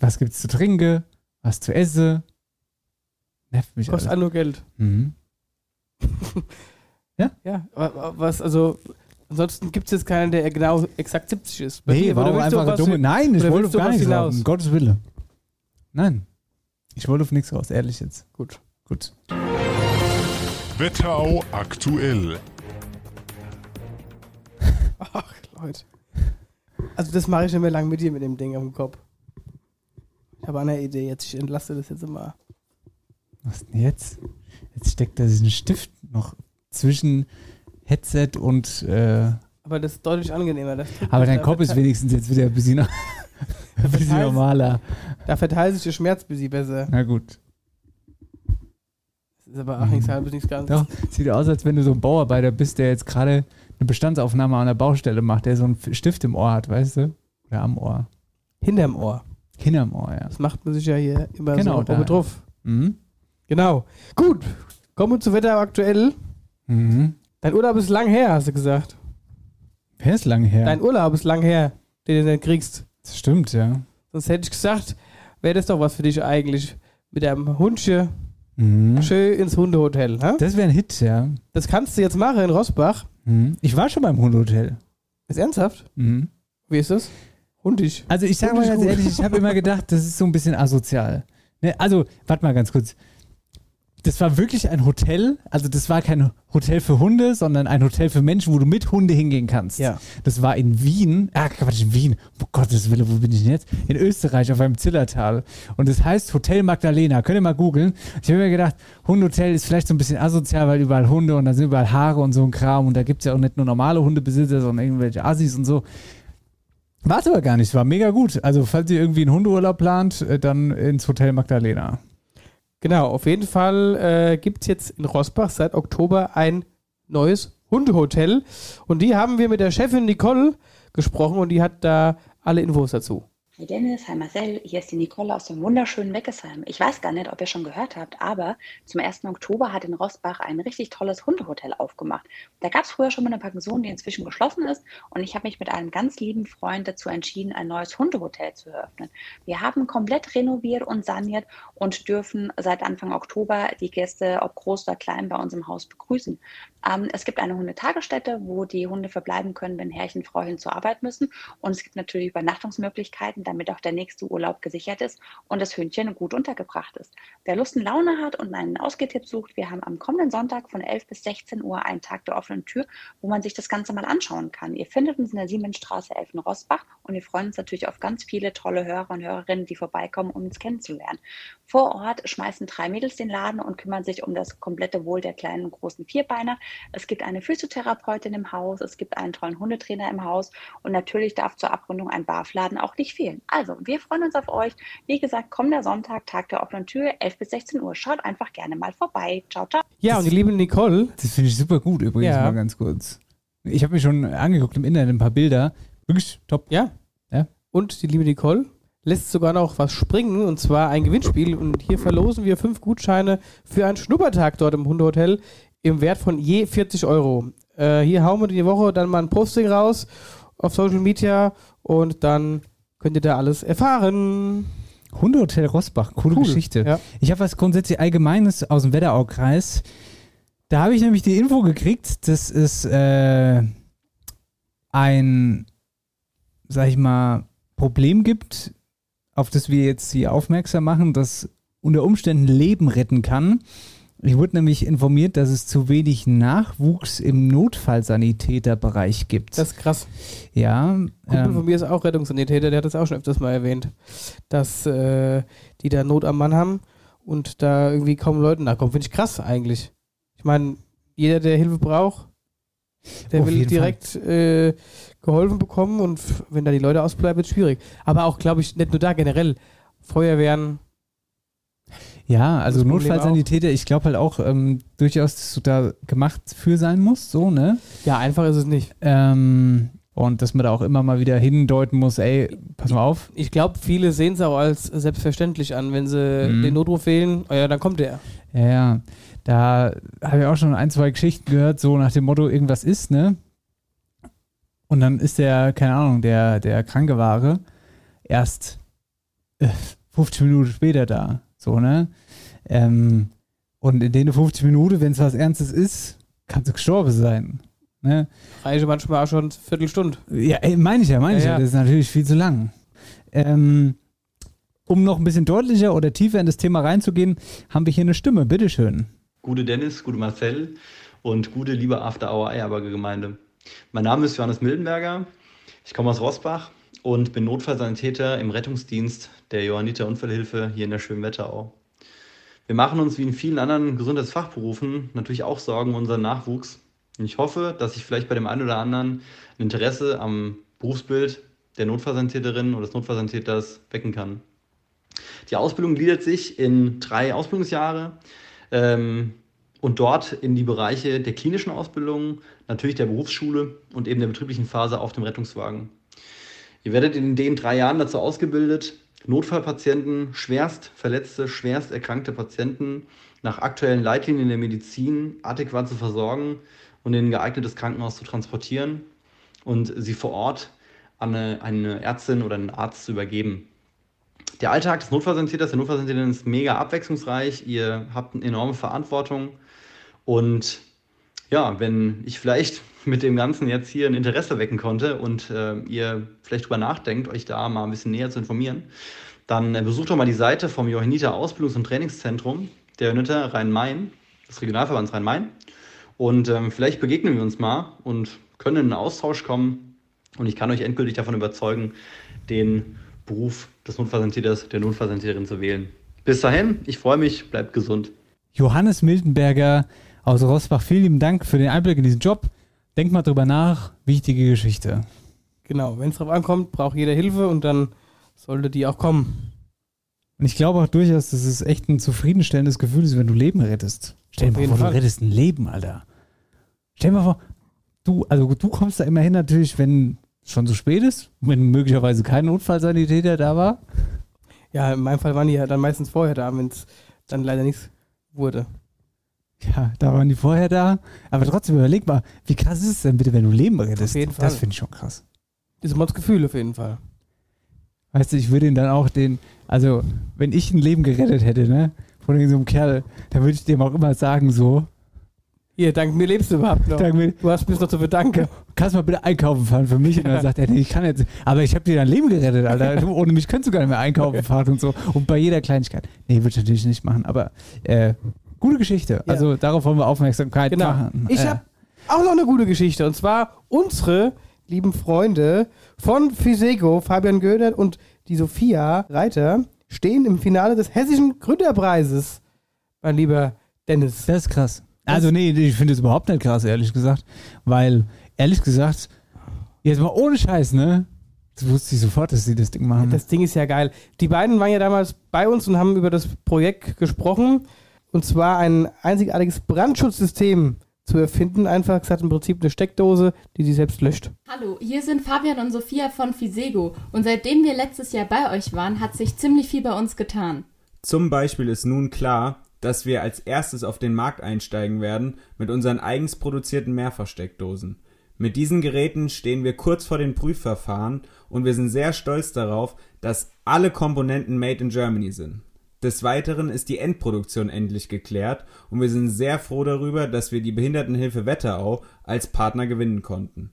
Speaker 4: was gibt's zu trinken, was zu essen. Nervt mich
Speaker 5: Kostet
Speaker 4: alles.
Speaker 5: all nur Geld.
Speaker 4: Mhm.
Speaker 5: Ja, wa- wa- was, also, ansonsten gibt es jetzt keinen, der genau exakt 70 ist. Bei
Speaker 4: Nee,
Speaker 5: dir,
Speaker 4: war
Speaker 5: oder
Speaker 4: auch
Speaker 5: willst du
Speaker 4: einfach
Speaker 5: was-
Speaker 4: dumme. Nein, ich
Speaker 5: oder
Speaker 4: wollte auf
Speaker 5: willst du
Speaker 4: gar
Speaker 5: was
Speaker 4: nichts raus.
Speaker 5: hinaus?
Speaker 4: Um Gottes Wille. Nein. Ich wollte auf nichts raus, ehrlich jetzt.
Speaker 5: Gut.
Speaker 4: Gut.
Speaker 11: Wetterau aktuell.
Speaker 5: Ach, Leute. Also, das mache ich nicht mehr lang mit dir mit dem Ding am Kopf. Ich habe eine Idee jetzt. Ich entlasse das jetzt immer.
Speaker 4: Was denn jetzt? Jetzt steckt da diesen Stift noch zwischen Headset und. Äh,
Speaker 5: Aber das ist deutlich angenehmer. Das tut
Speaker 4: aber
Speaker 5: mir
Speaker 4: dein
Speaker 5: leid.
Speaker 4: Kopf ist wenigstens jetzt wieder ein bisschen Wie sie normaler.
Speaker 5: Da verteilt sich der Schmerz bis sie besser.
Speaker 4: Na gut.
Speaker 5: Das ist aber auch nichts halbes, nichts ganzes.
Speaker 4: Mhm. Doch, sieht aus, als wenn du so ein Bauarbeiter bist, der jetzt gerade eine Bestandsaufnahme an der Baustelle macht, der so einen Stift im Ohr hat, weißt du? Oder am Ohr.
Speaker 5: Hinterm Ohr.
Speaker 4: Hinterm Ohr, ja.
Speaker 5: Das macht man sich ja hier immer
Speaker 4: Genau,
Speaker 5: so
Speaker 4: da,
Speaker 5: oben
Speaker 4: ja.
Speaker 5: drauf.
Speaker 4: Mhm.
Speaker 5: Genau. Gut. Kommen wir zu Wetter aktuell.
Speaker 4: Mhm.
Speaker 5: Dein Urlaub ist lang her, hast du gesagt.
Speaker 4: Wer ist lange her?
Speaker 5: Dein Urlaub ist lang her, den du dann kriegst.
Speaker 4: das stimmt, ja.
Speaker 5: Sonst hätte ich gesagt, wäre das doch was für dich eigentlich. Mit einem Hundchen
Speaker 4: Mhm.
Speaker 5: schön ins Hundehotel. hä?
Speaker 4: Das wäre ein Hit, ja.
Speaker 5: Das kannst du jetzt machen in Rosbach.
Speaker 4: Mhm. Ich war schon beim Hundehotel.
Speaker 5: Ist ernsthaft?
Speaker 4: Mhm.
Speaker 5: Wie ist das? Hundig.
Speaker 4: Also ich sage mal
Speaker 5: Hundig
Speaker 4: ganz
Speaker 5: gut.
Speaker 4: ehrlich, ich habe immer gedacht, das ist so ein bisschen asozial. Ne? Also, warte mal ganz kurz. Das war wirklich ein Hotel, also das war kein Hotel für Hunde, sondern ein Hotel für Menschen, wo du mit Hunde hingehen kannst.
Speaker 5: Ja.
Speaker 4: Das war in Wien, ah Quatsch, in Wien, um Gottes Willen, wo bin ich denn jetzt? In Österreich, auf einem Zillertal. Und das heißt Hotel Magdalena, könnt ihr mal googeln. Ich habe mir gedacht, Hundehotel ist vielleicht so ein bisschen asozial, weil überall Hunde und da sind überall Haare und so ein Kram und da gibt es ja auch nicht nur normale Hundebesitzer, sondern irgendwelche Assis und so. War es aber gar nicht, war mega gut. Also, falls ihr irgendwie einen Hundeurlaub plant, äh, dann ins Hotel Magdalena.
Speaker 5: Genau, auf jeden Fall äh, gibt es jetzt in Rosbach seit Oktober ein neues Hundehotel. Und die haben wir mit der Chefin Nicole gesprochen und die hat da alle Infos dazu.
Speaker 12: Hi Dennis, hi Marcel, hier ist die Nicole aus dem wunderschönen Weckesheim. Ich weiß gar nicht, ob ihr schon gehört habt, aber zum 1. Oktober hat in Rosbach ein richtig tolles Hundehotel aufgemacht. Da gab es früher schon mal eine Pension, die inzwischen geschlossen ist und ich habe mich mit einem ganz lieben Freund dazu entschieden, ein neues Hundehotel zu eröffnen. Wir haben komplett renoviert und saniert und dürfen seit Anfang Oktober die Gäste, ob groß oder klein, bei uns im Haus begrüßen. Ähm, es gibt eine Hundetagesstätte, wo die Hunde verbleiben können, wenn Herrchen, Frauchen zur Arbeit müssen. Und es gibt natürlich Übernachtungsmöglichkeiten, damit auch der nächste Urlaub gesichert ist und das Hündchen gut untergebracht ist. Wer Lust und Laune hat und einen Ausgehtipp sucht, wir haben am kommenden Sonntag von 11 bis 16 Uhr einen Tag der offenen Tür, wo man sich das Ganze mal anschauen kann. Ihr findet uns in der Siemensstraße 11 in Rossbach und wir freuen uns natürlich auf ganz viele tolle Hörer und Hörerinnen, die vorbeikommen, um uns kennenzulernen. Vor Ort schmeißen drei Mädels den Laden und kümmern sich um das komplette Wohl der kleinen und großen Vierbeiner. Es gibt eine Physiotherapeutin im Haus, es gibt einen tollen Hundetrainer im Haus und natürlich darf zur Abrundung ein Barfladen auch nicht fehlen. Also, wir freuen uns auf euch. Wie gesagt, kommender Sonntag, Tag der offenen Tür, 11 bis 16 Uhr. Schaut einfach gerne mal vorbei. Ciao, ciao.
Speaker 5: Ja, und die liebe Nicole.
Speaker 4: Das finde ich super gut übrigens,
Speaker 5: Ja.
Speaker 4: mal ganz kurz. Ich habe mir schon angeguckt im Internet ein paar Bilder. Wirklich top.
Speaker 5: Ja.
Speaker 4: Ja.
Speaker 5: Und die liebe Nicole lässt sogar noch was springen und zwar ein Gewinnspiel. Und hier verlosen wir fünf Gutscheine für einen Schnuppertag dort im Hundehotel im Wert von je 40 Euro. Äh, hier hauen wir die Woche dann mal ein Posting raus auf Social Media und dann könnt ihr da alles erfahren.
Speaker 4: Hundehotel Rosbach, coole
Speaker 5: Cool,
Speaker 4: Geschichte.
Speaker 5: ja.
Speaker 4: Ich habe was grundsätzlich Allgemeines aus dem Wetteraukreis. Da habe ich nämlich die Info gekriegt, dass es äh, ein, sag ich mal, Problem gibt, auf das wir jetzt hier aufmerksam machen, das unter Umständen Leben retten kann. Ich wurde nämlich informiert, dass es zu wenig Nachwuchs im Notfallsanitäterbereich gibt.
Speaker 5: Das ist krass.
Speaker 4: ja,
Speaker 5: Kumpel
Speaker 4: ähm,
Speaker 5: von mir ist auch Rettungssanitäter, der hat das auch schon öfters mal erwähnt, dass äh, die da Not am Mann haben und da irgendwie kaum Leuten nachkommen. Finde ich krass eigentlich. Ich meine, jeder, der Hilfe braucht, der
Speaker 4: Auf
Speaker 5: will
Speaker 4: jeden
Speaker 5: direkt äh, geholfen bekommen und f- wenn da die Leute ausbleiben, wird schwierig. Aber auch, glaube ich, nicht nur da, generell. Feuerwehren,
Speaker 4: Ja, also
Speaker 5: Das Problem
Speaker 4: Notfallsanitäter, ich glaube halt auch ähm, durchaus, dass du da gemacht für sein musst, so, ne?
Speaker 5: ja, einfach ist es nicht.
Speaker 4: Ähm, und dass man da auch immer mal wieder hindeuten muss, ey, pass mal auf.
Speaker 5: Ich glaube, viele sehen es auch als selbstverständlich an, wenn sie
Speaker 4: Mhm.
Speaker 5: den Notruf wählen, oh ja, dann kommt der.
Speaker 4: Ja, ja. Da habe ich auch schon ein, zwei Geschichten gehört, so nach dem Motto, irgendwas ist, ne? Und dann ist der, keine Ahnung, der, der kranke Ware erst äh, 50 Minuten später da, so, ne? Ähm, und in den 50 Minuten, wenn es was Ernstes ist, kannst du gestorben sein, ne?
Speaker 5: Reiche manchmal auch schon Viertelstunde.
Speaker 4: Ja, ey, meine ich ja, meine ich
Speaker 5: Ja,
Speaker 4: ja.
Speaker 5: ja.
Speaker 4: Das ist natürlich viel zu lang. Ähm, um noch ein bisschen deutlicher oder tiefer in das Thema reinzugehen, haben wir hier eine Stimme. Bitteschön.
Speaker 13: Gute Dennis, gute Marcel und gute liebe After Hour Eierberger Gemeinde. Mein Name ist Johannes Mildenberger. Ich komme aus Rosbach und bin Notfallsanitäter im Rettungsdienst der Johanniter Unfallhilfe hier in der schönen Wetterau. Wir machen uns wie in vielen anderen Gesundheitsfachberufen natürlich auch Sorgen um unseren Nachwuchs. Und ich hoffe, dass sich vielleicht bei dem einen oder anderen ein Interesse am Berufsbild
Speaker 12: der Notfallsanitäterin oder des Notfallsanitäters wecken kann. Die Ausbildung gliedert sich in drei Ausbildungsjahre ähm, und dort in die Bereiche der klinischen Ausbildung, natürlich der Berufsschule und eben der betrieblichen Phase auf dem Rettungswagen. Ihr werdet in den drei Jahren dazu ausgebildet, Notfallpatienten, schwerst verletzte, schwerst erkrankte Patienten nach aktuellen Leitlinien der Medizin adäquat zu versorgen und in ein geeignetes Krankenhaus zu transportieren und sie vor Ort an eine, eine Ärztin oder einen Arzt zu übergeben. Der Alltag des Notfallsanitäters, der Notfallsanitäterin ist mega abwechslungsreich. Ihr habt eine enorme Verantwortung. Und ja, wenn ich vielleicht mit dem Ganzen jetzt hier ein Interesse wecken konnte und äh, ihr vielleicht drüber nachdenkt, euch da mal ein bisschen näher zu informieren, dann äh, besucht doch mal die Seite vom Johanniter Ausbildungs- und Trainingszentrum der Johanniter Rhein-Main, des Regionalverbands Rhein-Main. Und ähm, vielleicht begegnen wir uns mal und können in einen Austausch kommen. Und ich kann euch endgültig davon überzeugen, den Beruf des Notfallsanitäters, der Notfallsanitäterin zu wählen. Bis dahin, ich freue mich, bleibt gesund.
Speaker 4: Johannes Miltenberger aus Rosbach, vielen lieben Dank für den Einblick in diesen Job. Denkt mal drüber nach, wichtige Geschichte.
Speaker 5: Genau, wenn es drauf ankommt, braucht jeder Hilfe und dann sollte die auch kommen.
Speaker 4: Und ich glaube auch durchaus, dass es echt ein zufriedenstellendes Gefühl ist, wenn du Leben rettest. Stell dir
Speaker 5: Auf
Speaker 4: mal
Speaker 5: jeden
Speaker 4: vor,
Speaker 5: Fall.
Speaker 4: du rettest ein Leben, Alter. Stell dir mal vor, du, also gut, du kommst da immerhin natürlich, wenn schon zu spät ist, wenn möglicherweise kein Notfallsanitäter da war.
Speaker 5: Ja, in meinem Fall waren die ja dann meistens vorher da, wenn es dann leider nichts wurde.
Speaker 4: Ja, da waren die vorher da. Aber trotzdem, überleg mal, wie krass ist es denn bitte, wenn du Leben rettest?
Speaker 5: Auf jeden Fall.
Speaker 4: Das finde ich schon krass.
Speaker 5: Ist immer das Gefühl auf jeden Fall.
Speaker 4: Weißt du, ich würde ihn dann auch den, also wenn ich ein Leben gerettet hätte, ne, von irgendeinem Kerl, dann würde ich dem auch immer sagen so,
Speaker 5: Hier, dank mir lebst du überhaupt noch.
Speaker 4: Dank mir-
Speaker 5: du hast mich noch zu bedanken.
Speaker 4: kannst mal bitte einkaufen fahren für mich? Und dann
Speaker 5: Ja.
Speaker 4: sagt er, nee, ich kann jetzt, aber ich habe dir dein Leben gerettet, Alter. Du, Ohne mich könntest du gar nicht mehr einkaufen fahren und so. Und bei jeder Kleinigkeit. Nee, würde ich natürlich nicht machen, aber äh, gute Geschichte. Also darauf wollen wir Aufmerksamkeit
Speaker 5: Genau.
Speaker 4: machen.
Speaker 5: Ich
Speaker 4: äh,
Speaker 5: habe auch noch eine gute Geschichte. Und zwar unsere lieben Freunde von Physego, Fabian Gödert und die Sophia Reiter, stehen im Finale des Hessischen Gründerpreises, mein lieber Dennis.
Speaker 4: Das ist krass. Also nee, ich finde es überhaupt nicht krass, ehrlich gesagt. Weil, ehrlich gesagt, jetzt mal ohne Scheiß, ne? Das wusste ich sofort, dass sie das Ding machen.
Speaker 5: Das Ding ist ja geil. Die beiden waren ja damals bei uns und haben über das Projekt gesprochen. Und zwar ein einzigartiges Brandschutzsystem zu erfinden. Einfach gesagt, im Prinzip eine Steckdose, die sie selbst löscht.
Speaker 9: Hallo, hier sind Fabian und Sophia von Fisego und seitdem wir letztes Jahr bei euch waren, hat sich ziemlich viel bei uns getan.
Speaker 11: Zum Beispiel ist nun klar, dass wir als erstes auf den Markt einsteigen werden mit unseren eigens produzierten Mehrversteckdosen. Mit diesen Geräten stehen wir kurz vor den Prüfverfahren und wir sind sehr stolz darauf, dass alle Komponenten made in Germany sind. Des Weiteren ist die Endproduktion endlich geklärt und wir sind sehr froh darüber, dass wir die Behindertenhilfe Wetterau als Partner gewinnen konnten.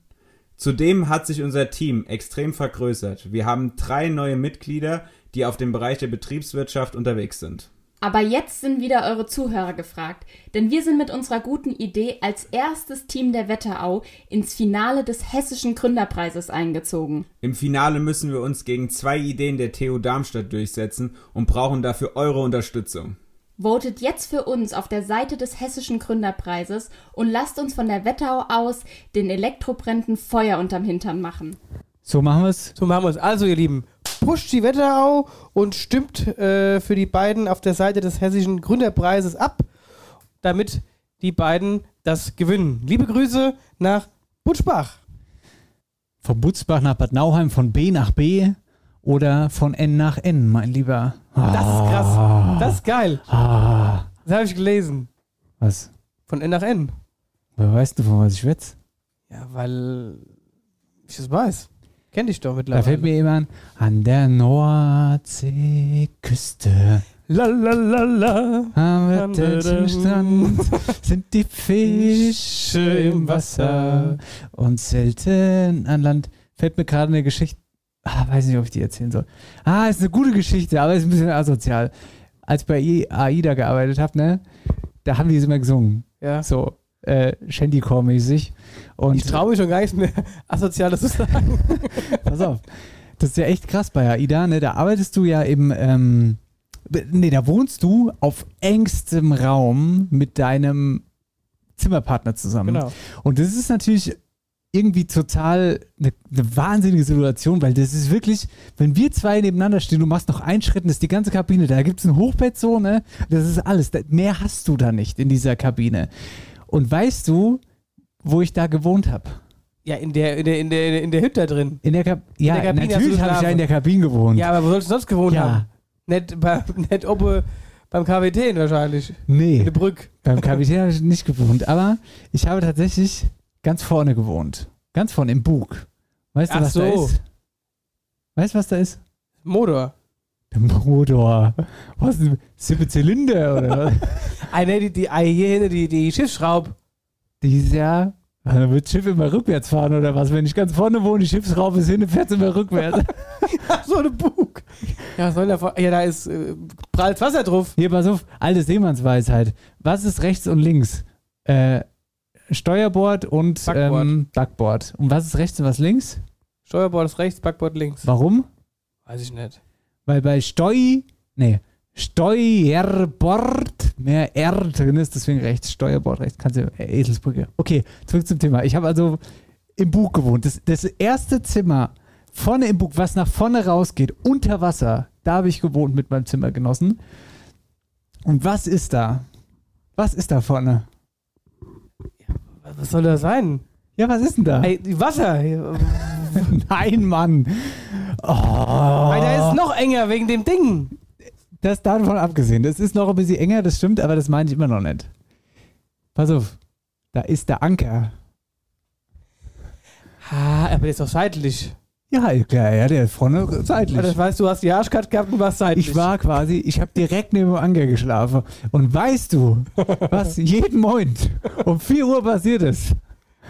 Speaker 11: Zudem hat sich unser Team extrem vergrößert. Wir haben drei neue Mitglieder, die auf dem Bereich der Betriebswirtschaft unterwegs sind.
Speaker 9: Aber jetzt sind wieder eure Zuhörer gefragt, denn wir sind mit unserer guten Idee als erstes Team der Wetterau ins Finale des Hessischen Gründerpreises eingezogen.
Speaker 11: Im Finale müssen wir uns gegen zwei Ideen der TU Darmstadt durchsetzen und brauchen dafür eure Unterstützung.
Speaker 9: Votet jetzt für uns auf der Seite des Hessischen Gründerpreises und lasst uns von der Wetterau aus den Elektrobrennenden Feuer unterm Hintern machen.
Speaker 4: So machen wir es.
Speaker 5: So machen wir es. Also, ihr Lieben, pusht die Wetterau und stimmt äh, für die beiden auf der Seite des Hessischen Gründerpreises ab, damit die beiden das gewinnen. Liebe Grüße nach Butschbach.
Speaker 4: Von Butzbach nach Bad Nauheim, von B nach B oder von N nach N, mein Lieber.
Speaker 5: Das
Speaker 4: Ah.
Speaker 5: ist krass. Das ist geil. Das habe ich gelesen.
Speaker 4: Was?
Speaker 5: Von N nach N.
Speaker 4: Wer weißt du, von was ich schwätze?
Speaker 5: Ja, weil ich das weiß. Kenn dich doch
Speaker 4: Da fällt
Speaker 5: mittlerweile.
Speaker 4: mir jemand an der Nordseeküste.
Speaker 5: La la la la.
Speaker 4: Am wetteren Strand sind die Fische im Wasser und selten an Land. Fällt mir gerade eine Geschichte. Ah, weiß nicht, ob ich die erzählen soll. Ah, ist eine gute Geschichte, aber ist ein bisschen asozial. Als ich bei I- AIDA gearbeitet habe, ne, da haben die es immer gesungen.
Speaker 5: Ja.
Speaker 4: So, äh, Shandycore-mäßig.
Speaker 5: Ich traue mich schon gar nicht mehr, asoziales zu sagen.
Speaker 4: Pass auf. Das ist ja echt krass bei AIDA, ne? Da arbeitest du ja im, ähm, b- nee, da wohnst du auf engstem Raum mit deinem Zimmerpartner zusammen.
Speaker 5: Genau.
Speaker 4: Und das ist natürlich irgendwie total eine, eine wahnsinnige Situation, weil das ist wirklich, wenn wir zwei nebeneinander stehen, du machst noch einen Schritt und ist die ganze Kabine, da gibt es ein Hochbett so, ne? Das ist alles. Da, mehr hast du da nicht in dieser Kabine. Und weißt du, wo ich da gewohnt habe?
Speaker 5: Ja, in der, in der, in der, in der Hütte da drin.
Speaker 4: In der, Kab ja,
Speaker 5: der Kabine hast
Speaker 4: natürlich
Speaker 5: du
Speaker 4: habe ich ja
Speaker 5: geschlafen.
Speaker 4: in der Kabine gewohnt.
Speaker 5: Ja, aber wo sollst du sonst gewohnt
Speaker 4: Ja.
Speaker 5: haben? Nicht, bei, nicht oben beim KWT wahrscheinlich.
Speaker 4: Nee.
Speaker 5: In der Brücke.
Speaker 4: Beim Kapitän habe ich nicht gewohnt, aber ich habe tatsächlich ganz vorne gewohnt. Ganz vorne im Bug. Weißt
Speaker 5: Ach
Speaker 4: du, was da
Speaker 5: so.
Speaker 4: ist? Weißt du, was da ist?
Speaker 5: Motor.
Speaker 4: Der Motor. Was? Sippe Zylinder oder was?
Speaker 5: Ah, nee, die, die, ah, hier hinten, die, die Schiffsschraub.
Speaker 4: Dieses Jahr. Dann wird das Schiff immer rückwärts fahren oder was? Wenn ich ganz vorne wohne, die Schiffsraube ist hin, fährt immer rückwärts.
Speaker 5: so eine Bug. Ja, was soll da vor- Ja, da ist äh, prallt Wasser drauf.
Speaker 4: Hier, pass auf, alte Seemannsweisheit. Was ist rechts und links? Äh, Steuerbord und
Speaker 5: Backbord.
Speaker 4: Ähm, Backbord. Und was ist rechts und was links?
Speaker 5: Steuerbord ist rechts, Backbord links.
Speaker 4: Warum?
Speaker 5: Weiß ich nicht.
Speaker 4: Weil bei Steu, nee, Steuerbord mehr R drin ist, deswegen rechts, Steuerbord rechts, kannst du, äh, Eselsbrücke. Okay, zurück zum Thema. Ich habe also im Bug gewohnt. Das, das erste Zimmer vorne im Bug, was nach vorne rausgeht, unter Wasser, da habe ich gewohnt mit meinem Zimmergenossen. Und was ist da? Was ist da vorne?
Speaker 5: Was soll das sein?
Speaker 4: Ja, was ist denn da?
Speaker 5: Ey, die Wasser.
Speaker 4: Nein, Mann. Oh.
Speaker 5: Weil da ist noch enger wegen dem Ding.
Speaker 4: Das davon abgesehen. Das ist noch ein bisschen enger, das stimmt, aber das meine ich immer noch nicht. Pass auf, da ist der Anker.
Speaker 5: Ah, aber der ist doch seitlich.
Speaker 4: Ja, klar, ja, der ist vorne seitlich.
Speaker 5: Aber Das weißt du, hast die Arschkarte gehabt und warst seitlich.
Speaker 4: Ich war quasi, ich habe direkt neben dem Anker geschlafen. Und weißt du, was jeden Morgen um 4 Uhr passiert ist?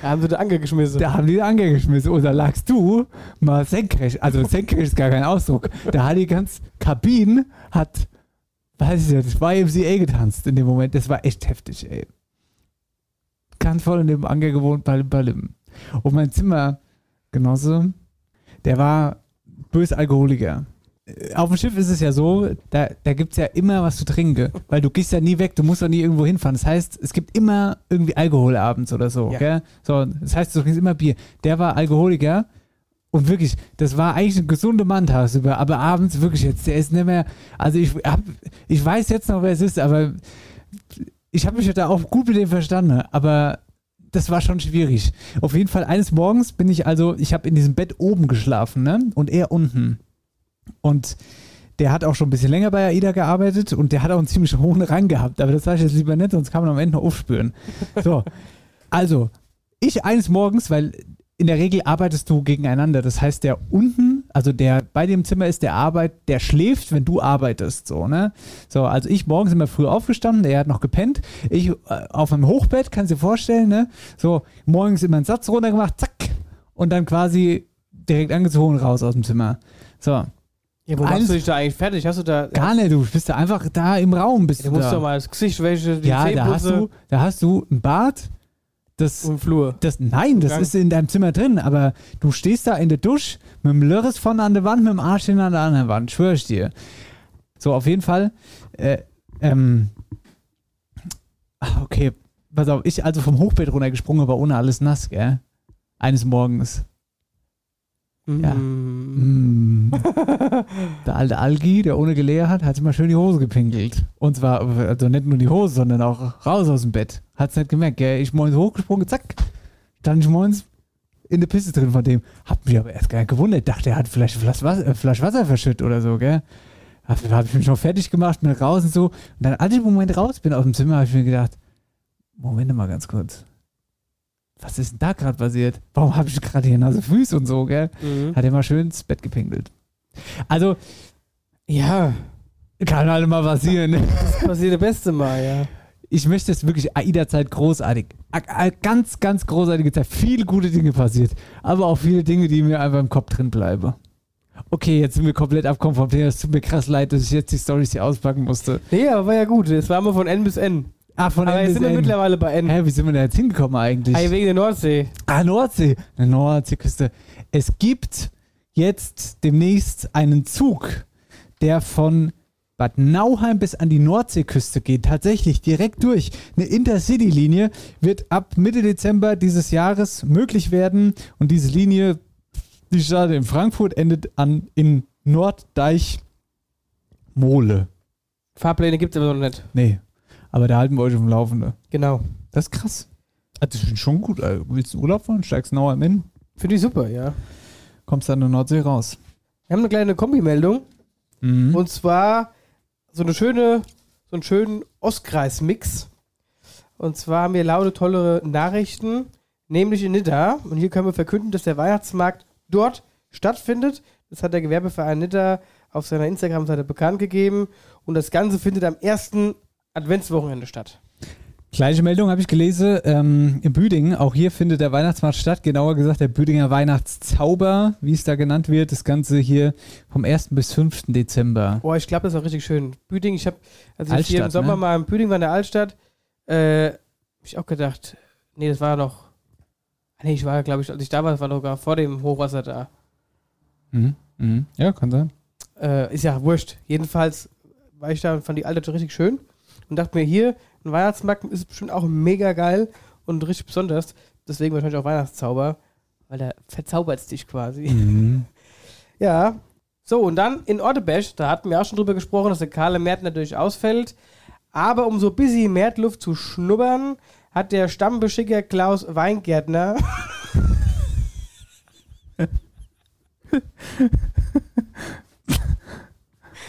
Speaker 5: Da haben sie den Anker geschmissen.
Speaker 4: Da haben die den Anker geschmissen. Und da lagst du mal senkrecht. Also senkrecht ist gar kein Ausdruck. Da hat die ganze Kabine, hat, weiß ich nicht, YMCA getanzt in dem Moment. Das war echt heftig, ey. Ganz voll in dem Anker gewohnt, bei Balim. Und mein Zimmergenosse, der war bös Alkoholiker. Äh, Auf dem Schiff ist es ja so, da, da gibt es ja immer was zu trinken, weil du gehst ja nie weg, du musst ja nie irgendwo hinfahren. Das heißt, es gibt immer irgendwie Alkohol abends oder so.
Speaker 5: Ja.
Speaker 4: Gell? so das heißt, du trinkst immer Bier. Der war Alkoholiker und wirklich, das war eigentlich ein gesunder Mann tagsüber, aber abends wirklich jetzt, der ist nicht mehr, also ich, hab, ich weiß jetzt noch, wer es ist, aber ich habe mich ja da auch gut mit dem verstanden, aber das war schon schwierig. Auf jeden Fall, eines Morgens bin ich also, ich habe in diesem Bett oben geschlafen, ne? Und er unten. Und der hat auch schon ein bisschen länger bei AIDA gearbeitet und der hat auch einen ziemlich hohen Rang gehabt, aber das sage ich jetzt lieber nicht, sonst kann man am Ende noch aufspüren. So, also, ich eines Morgens, weil in der Regel arbeitest du gegeneinander. Das heißt, der unten, also der bei dem Zimmer ist, der Arbeit, der schläft, wenn du arbeitest. So, ne? So, also ich morgens immer früh aufgestanden, der hat noch gepennt. Ich äh, auf einem Hochbett, kannst du dir vorstellen, ne? So, morgens immer einen Satz runtergemacht, zack, und dann quasi direkt angezogen raus aus dem Zimmer. So.
Speaker 5: Ja, wo
Speaker 4: Eins-
Speaker 5: machst du dich da eigentlich fertig? Hast du da.
Speaker 4: Gar nicht, du bist da einfach da im Raum. Bist
Speaker 5: Du
Speaker 4: du
Speaker 5: musst
Speaker 4: da.
Speaker 5: doch mal das Gesicht wäschen, die
Speaker 4: Ja, da hast,
Speaker 5: Zähneputzen.
Speaker 4: du, da hast du ein Bad. Das,
Speaker 5: Und Flur.
Speaker 4: Das, nein, das
Speaker 5: Gang.
Speaker 4: ist in deinem Zimmer drin, aber du stehst da in der Dusche mit dem Lörres vorne an der Wand, mit dem Arsch hin an der anderen Wand, schwör ich dir. So, auf jeden Fall. Äh, ähm, ah, okay, pass auf, ich also vom Hochbett runtergesprungen, aber ohne alles nass, gell? Eines Morgens. Ja.
Speaker 5: Mhm.
Speaker 4: Mm. Der alte Algi, der ohne Gelehr hat, hat sich mal schön die Hose gepinkelt. Und zwar, also nicht nur die Hose, sondern auch raus aus dem Bett. Hat's nicht gemerkt, gell? Ich morgens hochgesprungen, zack. Dann ich morgens in der Pisse drin von dem. Hab mich aber erst gar nicht gewundert. Dachte, er hat vielleicht ein Flasch Wasser, äh, Flasch Wasser verschüttet oder so, gell? Hab, hab ich mich schon fertig gemacht, bin raus und so. Und dann, als ich im Moment raus bin aus dem Zimmer, habe ich mir gedacht, Moment mal ganz kurz. Was ist denn da gerade passiert? Warum habe ich gerade hier nasse Füße und so, gell?
Speaker 5: Mhm.
Speaker 4: Hat er mal schön ins Bett gepinkelt. Also, ja, kann halt mal passieren.
Speaker 5: Das passiert das beste Mal, ja.
Speaker 4: Ich möchte es wirklich, AIDA-Zeit großartig. A- a- Ganz, ganz großartige Zeit. Viele gute Dinge passiert. Aber auch viele Dinge, die mir einfach im Kopf drin bleiben. Okay, jetzt sind wir komplett abkommen vom Thema. Es tut mir krass leid, dass ich jetzt die Stories hier auspacken musste.
Speaker 5: Nee, aber war ja gut. Es war immer von N bis N.
Speaker 4: Ah, von
Speaker 5: aber
Speaker 4: N bis
Speaker 5: jetzt sind wir
Speaker 4: N.
Speaker 5: mittlerweile bei N.
Speaker 4: Hä, wie sind wir da jetzt hingekommen eigentlich?
Speaker 5: Ey, wegen der Nordsee.
Speaker 4: Ah, Nordsee. Eine Nordseeküste. Es gibt jetzt demnächst einen Zug, der von Bad Nauheim bis an die Nordseeküste geht, tatsächlich direkt durch. Eine Intercity-Linie wird ab Mitte Dezember dieses Jahres möglich werden und diese Linie, die startet in Frankfurt, endet an in Norddeich Mole.
Speaker 5: Fahrpläne gibt es aber noch nicht.
Speaker 4: Nee, aber da halten wir euch auf dem Laufenden.
Speaker 5: Genau.
Speaker 4: Das ist krass. Also, ich finde schon gut. Also, willst du Urlaub fahren? Steigst Nauheim in?
Speaker 5: Finde ich super, ja.
Speaker 4: Kommst dann in der Nordsee raus.
Speaker 5: Wir haben eine kleine Kombimeldung.
Speaker 4: Mhm.
Speaker 5: Und zwar so eine schöne, so einen schönen Ostkreis-Mix. Und zwar haben wir laute, tolle Nachrichten, nämlich in Nidda. Und hier können wir verkünden, dass der Weihnachtsmarkt dort stattfindet. Das hat der Gewerbeverein Nidda auf seiner Instagram-Seite bekannt gegeben. Und das Ganze findet am ersten Adventswochenende statt.
Speaker 4: Gleiche Meldung habe ich gelesen. Ähm, in Büdingen, auch hier findet der Weihnachtsmarkt statt. Genauer gesagt, der Büdinger Weihnachtszauber, wie es da genannt wird. Das Ganze hier vom 1. bis 5. Dezember.
Speaker 5: Boah, ich glaube, das ist auch richtig schön. Büding, ich habe, als ich hier im
Speaker 4: Altstadt,
Speaker 5: Sommer
Speaker 4: ne?
Speaker 5: mal in Büding war in der Altstadt, äh, hab ich auch gedacht, nee, das war noch, Ah, nee, ich war, glaube ich, als ich da war, das war noch gar vor dem Hochwasser da.
Speaker 4: Mhm. Mhm. Ja, kann sein.
Speaker 5: Äh, ist ja wurscht. Jedenfalls war ich da und fand die Altstadt richtig schön und dachte mir, hier, ein Weihnachtsmarkt ist bestimmt auch mega geil und richtig besonders. Deswegen wahrscheinlich auch Weihnachtszauber, weil da verzaubert es dich quasi.
Speaker 4: Mhm.
Speaker 5: Ja. So, und dann in Ortebesch, da hatten wir auch schon drüber gesprochen, dass der kahle Mert natürlich ausfällt. Aber um so busy Mertluft zu schnuppern, hat der Stammbeschicker Klaus Weingärtner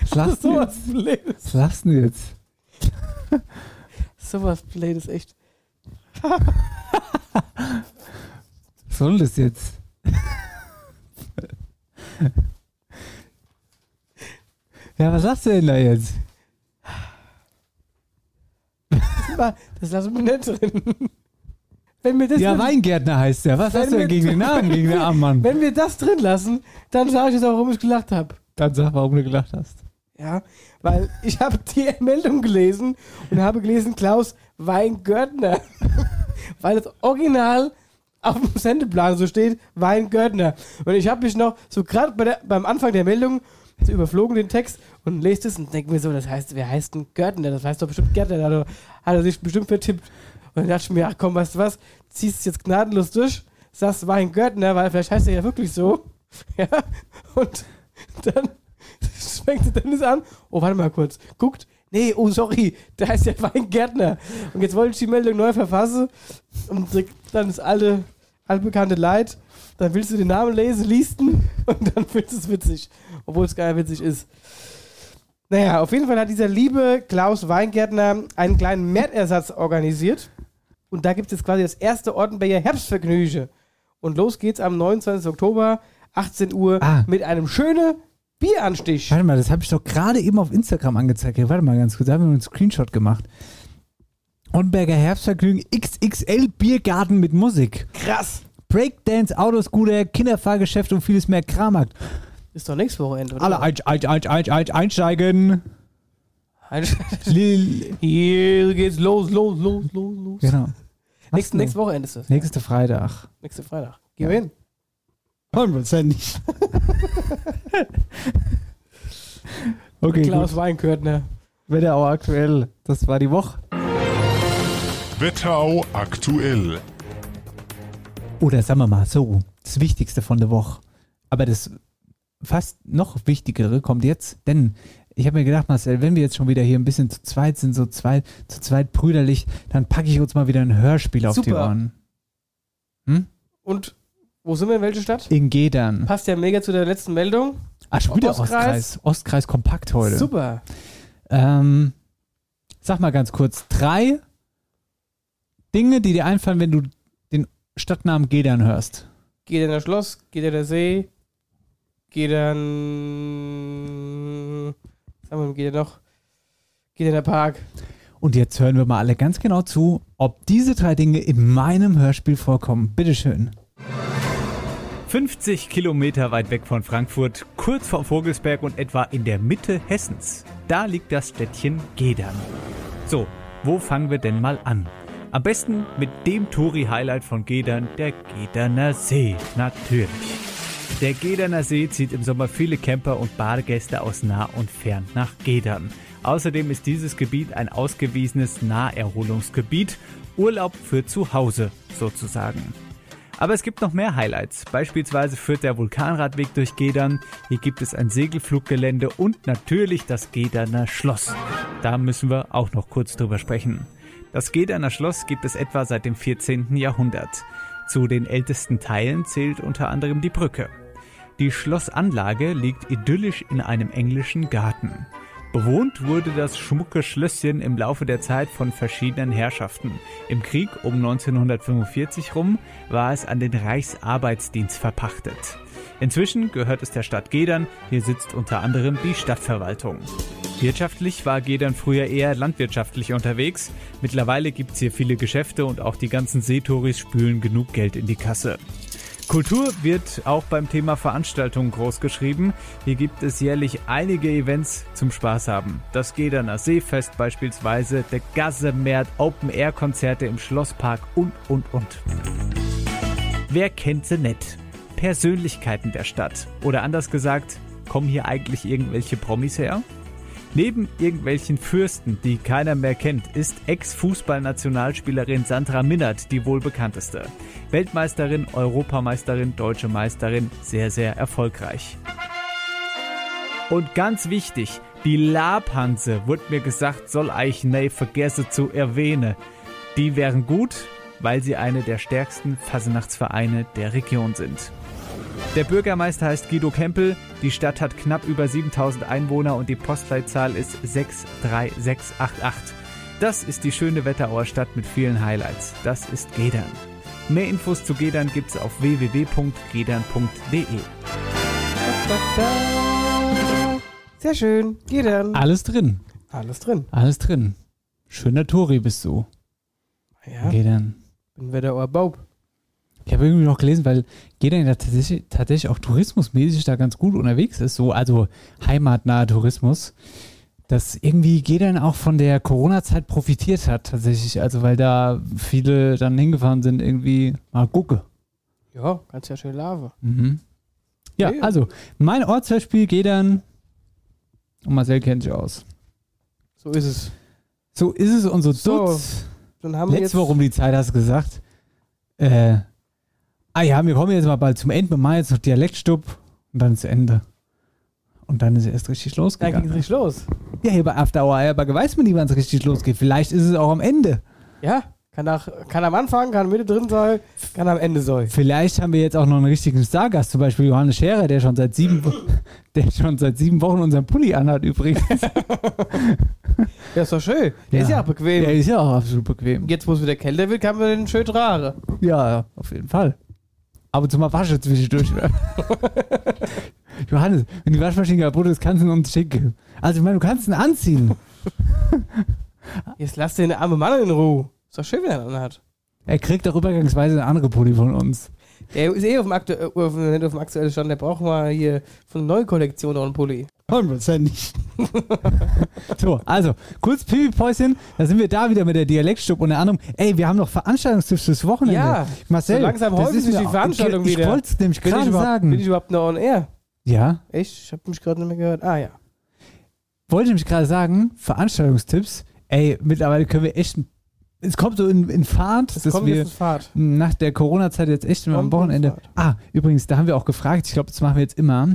Speaker 4: Was lachst du
Speaker 5: sowas
Speaker 4: jetzt?
Speaker 5: Blödes.
Speaker 4: Was lachst du jetzt?
Speaker 5: Sowas Blödes, echt.
Speaker 4: Was soll das jetzt? ja, was lachst du denn da jetzt?
Speaker 5: Das lassen wir nicht drin. Wenn wir das
Speaker 4: ja,
Speaker 5: drin-
Speaker 4: Weingärtner heißt der. Was
Speaker 5: Wenn
Speaker 4: hast du denn
Speaker 5: wir-
Speaker 4: gegen den Namen, gegen den armen Mann?
Speaker 5: Wenn wir das drin lassen, dann sage ich jetzt auch, warum ich gelacht habe.
Speaker 4: Dann sag, warum du gelacht hast.
Speaker 5: Ja, weil ich habe die Meldung gelesen und habe gelesen, Klaus Weingörtner. weil das Original auf dem Sendeplan so steht, Weingörtner. Und ich habe mich noch so gerade bei der- beim Anfang der Meldung so überflogen den Text und lese das und denke mir so, das heißt, wer heißt denn Görtner? Das heißt doch bestimmt Gärtner. Da hat er- hat er sich bestimmt vertippt. Und dann dachte ich mir, ach komm, weißt du was, ziehst es jetzt gnadenlos durch, sagst Weingörtner, weil vielleicht heißt er ja wirklich so. Ja, und dann schwenkt der Dennis an. Oh, warte mal kurz. Guckt. Nee, oh, sorry. Da heißt ja Weingärtner. Und jetzt wollte ich die Meldung neu verfassen. Und direkt dann ist alle altbekannte Leid. Dann willst du den Namen lesen, liesten. Und dann findest du es witzig. Obwohl es gar nicht witzig ist. Naja, auf jeden Fall hat dieser liebe Klaus Weingärtner einen kleinen Mehrersatz organisiert. Und da gibt es jetzt quasi das erste Ortenberger Herbstvergnüge. Und los geht's am 29. Oktober, 18 Uhr, mit einem schönen Bieranstich.
Speaker 4: Warte mal, das habe ich doch gerade eben auf Instagram angezeigt. Hier, warte mal ganz kurz, da haben wir einen Screenshot gemacht. Onberger Herbstvergnügen XXL Biergarten mit Musik.
Speaker 5: Krass.
Speaker 4: Breakdance, Autoscooter, Kinderfahrgeschäft und vieles mehr Krammarkt.
Speaker 5: Ist doch nächstes Wochenende, oder?
Speaker 4: Alle ein, ein, ein, ein, ein, einsteigen. Lil-
Speaker 5: Hier geht's los, los, los, los, los.
Speaker 4: Genau.
Speaker 5: Nächste, nächste Wochenende ist das.
Speaker 4: Nächste Freitag.
Speaker 5: Nächste Freitag. Gehen wir hin.
Speaker 4: Hundertprozentig. okay,
Speaker 5: Klaus
Speaker 4: gut.
Speaker 5: Weinkörtner.
Speaker 4: Wetterau aktuell. Das war die Woche.
Speaker 14: Wetterau aktuell.
Speaker 4: Oder sagen wir mal so, das Wichtigste von der Woche. Aber das fast noch Wichtigere kommt jetzt, denn ich habe mir gedacht, Marcel, wenn wir jetzt schon wieder hier ein bisschen zu zweit sind, so zwei, zu zweit brüderlich, dann packe ich uns mal wieder ein Hörspiel auf die
Speaker 5: Super.
Speaker 4: Ohren.
Speaker 5: Und wo sind wir? In welche Stadt?
Speaker 4: In Gedern.
Speaker 5: Passt ja mega zu der letzten Meldung.
Speaker 4: Ach, schon wieder Ostkreis. Ostkreis, kompakt heute.
Speaker 5: Super.
Speaker 4: Ähm, sag mal ganz kurz, drei Dinge, die dir einfallen, wenn du den Stadtnamen Gedern hörst.
Speaker 5: Geht in das Schloss, geht in der See, geht dann. Sagen wir, geht er noch? Geht in der Park.
Speaker 4: Und jetzt hören wir mal alle ganz genau zu, ob diese drei Dinge in meinem Hörspiel vorkommen. Bitteschön.
Speaker 15: 50 Kilometer weit weg von Frankfurt, kurz vor Vogelsberg und etwa in der Mitte Hessens. Da liegt das Städtchen Gedern. So, wo fangen wir denn mal an? Am besten mit dem Touri-Highlight von Gedern, der Gederner See, natürlich. Der Gederner See zieht im Sommer viele Camper und Badegäste aus nah und fern nach Gedern. Außerdem ist dieses Gebiet ein ausgewiesenes Naherholungsgebiet, Urlaub für zu Hause sozusagen. Aber es gibt noch mehr Highlights. Beispielsweise führt der Vulkanradweg durch Gedern. Hier gibt es ein Segelfluggelände und natürlich das Gederner Schloss. Da müssen wir auch noch kurz drüber sprechen. Das Gederner Schloss gibt es etwa seit dem 14. Jahrhundert. Zu den ältesten Teilen zählt unter anderem die Brücke. Die Schlossanlage liegt idyllisch in einem englischen Garten. Bewohnt wurde das schmucke Schlösschen im Laufe der Zeit von verschiedenen Herrschaften. Im Krieg um 1945 rum war es an den Reichsarbeitsdienst verpachtet. Inzwischen gehört es der Stadt Gedern, hier sitzt unter anderem die Stadtverwaltung. Wirtschaftlich war Gedern früher eher landwirtschaftlich unterwegs, mittlerweile gibt's hier viele Geschäfte und auch die ganzen Seetouris spülen genug Geld in die Kasse. Kultur wird auch beim Thema Veranstaltungen großgeschrieben. Hier gibt es jährlich einige Events zum Spaß haben. Das Gederner Seefest beispielsweise, der Gassemärt, Open-Air-Konzerte im Schlosspark und, und, und. Wer kennt sie nicht? Persönlichkeiten der Stadt. Oder anders gesagt, kommen hier eigentlich irgendwelche Promis her? Neben irgendwelchen Fürsten, die keiner mehr kennt, ist Ex-Fußballnationalspielerin Sandra Minnert die wohl bekannteste. Weltmeisterin, Europameisterin, deutsche Meisterin, sehr, sehr erfolgreich. Und ganz wichtig, die Labhanse, wurde mir gesagt, soll ich ney vergesse zu erwähnen. Die wären gut, weil sie eine der stärksten Fasenachtsvereine der Region sind. Der Bürgermeister heißt Guido Kempel. Die Stadt hat knapp über 7000 Einwohner und die Postleitzahl ist 63688. Das ist die schöne Wetterauer Stadt mit vielen Highlights. Das ist Gedern. Mehr Infos zu Gedern gibt's auf www.gedern.de.
Speaker 5: Sehr schön. Gedern.
Speaker 4: Alles drin.
Speaker 5: Alles drin.
Speaker 4: Alles drin. Schöner Tori bist du.
Speaker 5: Ja.
Speaker 4: Gedern.
Speaker 5: Bin Wetterauer Baub.
Speaker 4: Ich habe irgendwie noch gelesen, weil Gedern ja tatsächlich, tatsächlich auch tourismusmäßig da ganz gut unterwegs ist, so also heimatnaher Tourismus, dass irgendwie Gedern auch von der Corona-Zeit profitiert hat tatsächlich, also weil da viele dann hingefahren sind, irgendwie mal gucke.
Speaker 5: Ja, ganz ja schön Lava.
Speaker 4: Mhm. Ja,
Speaker 5: Ja, ja.
Speaker 4: also mein Ortshörspiel Gedern und Marcel kennt sich aus.
Speaker 5: So ist es.
Speaker 4: So ist es und so,
Speaker 5: So,
Speaker 4: Dutz.
Speaker 5: dann haben wir
Speaker 4: Letzte
Speaker 5: jetzt-
Speaker 4: Woche um die Zeit hast du gesagt, äh, ah ja, wir kommen jetzt mal bald zum Ende, wir machen jetzt noch Dialektstub und dann ist Ende. Und dann ist erst richtig
Speaker 5: Da ging
Speaker 4: losgegangen.
Speaker 5: es richtig los.
Speaker 4: Ja, hier bei After Hour Eierbacke weiß man nie, wann es richtig losgeht. Vielleicht ist es auch am Ende.
Speaker 5: Ja, kann, nach, kann am Anfang, kann Mitte drin sein, kann am Ende sein.
Speaker 4: Vielleicht haben wir jetzt auch noch einen richtigen Stargast, zum Beispiel Johannes Scherer, der schon seit sieben, Wo- der schon seit sieben Wochen unseren Pulli anhat übrigens.
Speaker 5: Ja, ist doch schön. Der
Speaker 4: Ja.
Speaker 5: ist ja auch bequem.
Speaker 4: Der ist ja auch absolut bequem.
Speaker 5: Jetzt, wo es wieder kälter wird, kann man den schön tragen.
Speaker 4: Ja, auf jeden Fall. Ab und zu mal Wasche zwischendurch. Johannes, wenn die Waschmaschine kaputt ist, kannst du ihn uns schicken. Also ich meine, du kannst ihn anziehen.
Speaker 5: Jetzt lass den armen Mann in Ruhe. Ist doch schön, wenn er einen hat.
Speaker 4: Er kriegt auch übergangsweise eine andere Pulli von uns.
Speaker 5: Der ist eh auf dem, aktu äh, auf, dem- nicht auf dem aktuellen Stand. Der braucht mal hier von der neuen Kollektion noch einen Pulli.
Speaker 4: Hundertprozentig. So, also, kurz Pipi-Päuschen, da sind wir da wieder mit der Dialektstub unter anderem. Ey, wir haben noch Veranstaltungstipps fürs Wochenende.
Speaker 5: Ja,
Speaker 4: Marcel,
Speaker 5: so langsam
Speaker 4: das
Speaker 5: häufen
Speaker 4: ist
Speaker 5: sich
Speaker 4: mir
Speaker 5: die
Speaker 4: auch-
Speaker 5: Veranstaltung
Speaker 4: ich,
Speaker 5: wieder.
Speaker 4: Ich wollte es nämlich
Speaker 5: Bin ich
Speaker 4: gerade
Speaker 5: überhaupt-
Speaker 4: sagen.
Speaker 5: Bin ich überhaupt noch on air?
Speaker 4: ja,
Speaker 5: Echt? Ich hab mich gerade nicht mehr gehört. Ah ja.
Speaker 4: wollte nämlich gerade sagen, Veranstaltungstipps. Ey, mittlerweile können wir echt, es kommt so in, in Fahrt,
Speaker 5: Es
Speaker 4: dass
Speaker 5: kommt
Speaker 4: wir
Speaker 5: jetzt in Fahrt.
Speaker 4: nach der Corona-Zeit jetzt echt immer am
Speaker 5: Kommt in
Speaker 4: Wochenende. Ah,
Speaker 5: Fahrt.
Speaker 4: übrigens, da haben wir auch gefragt, ich glaube, das machen wir jetzt immer,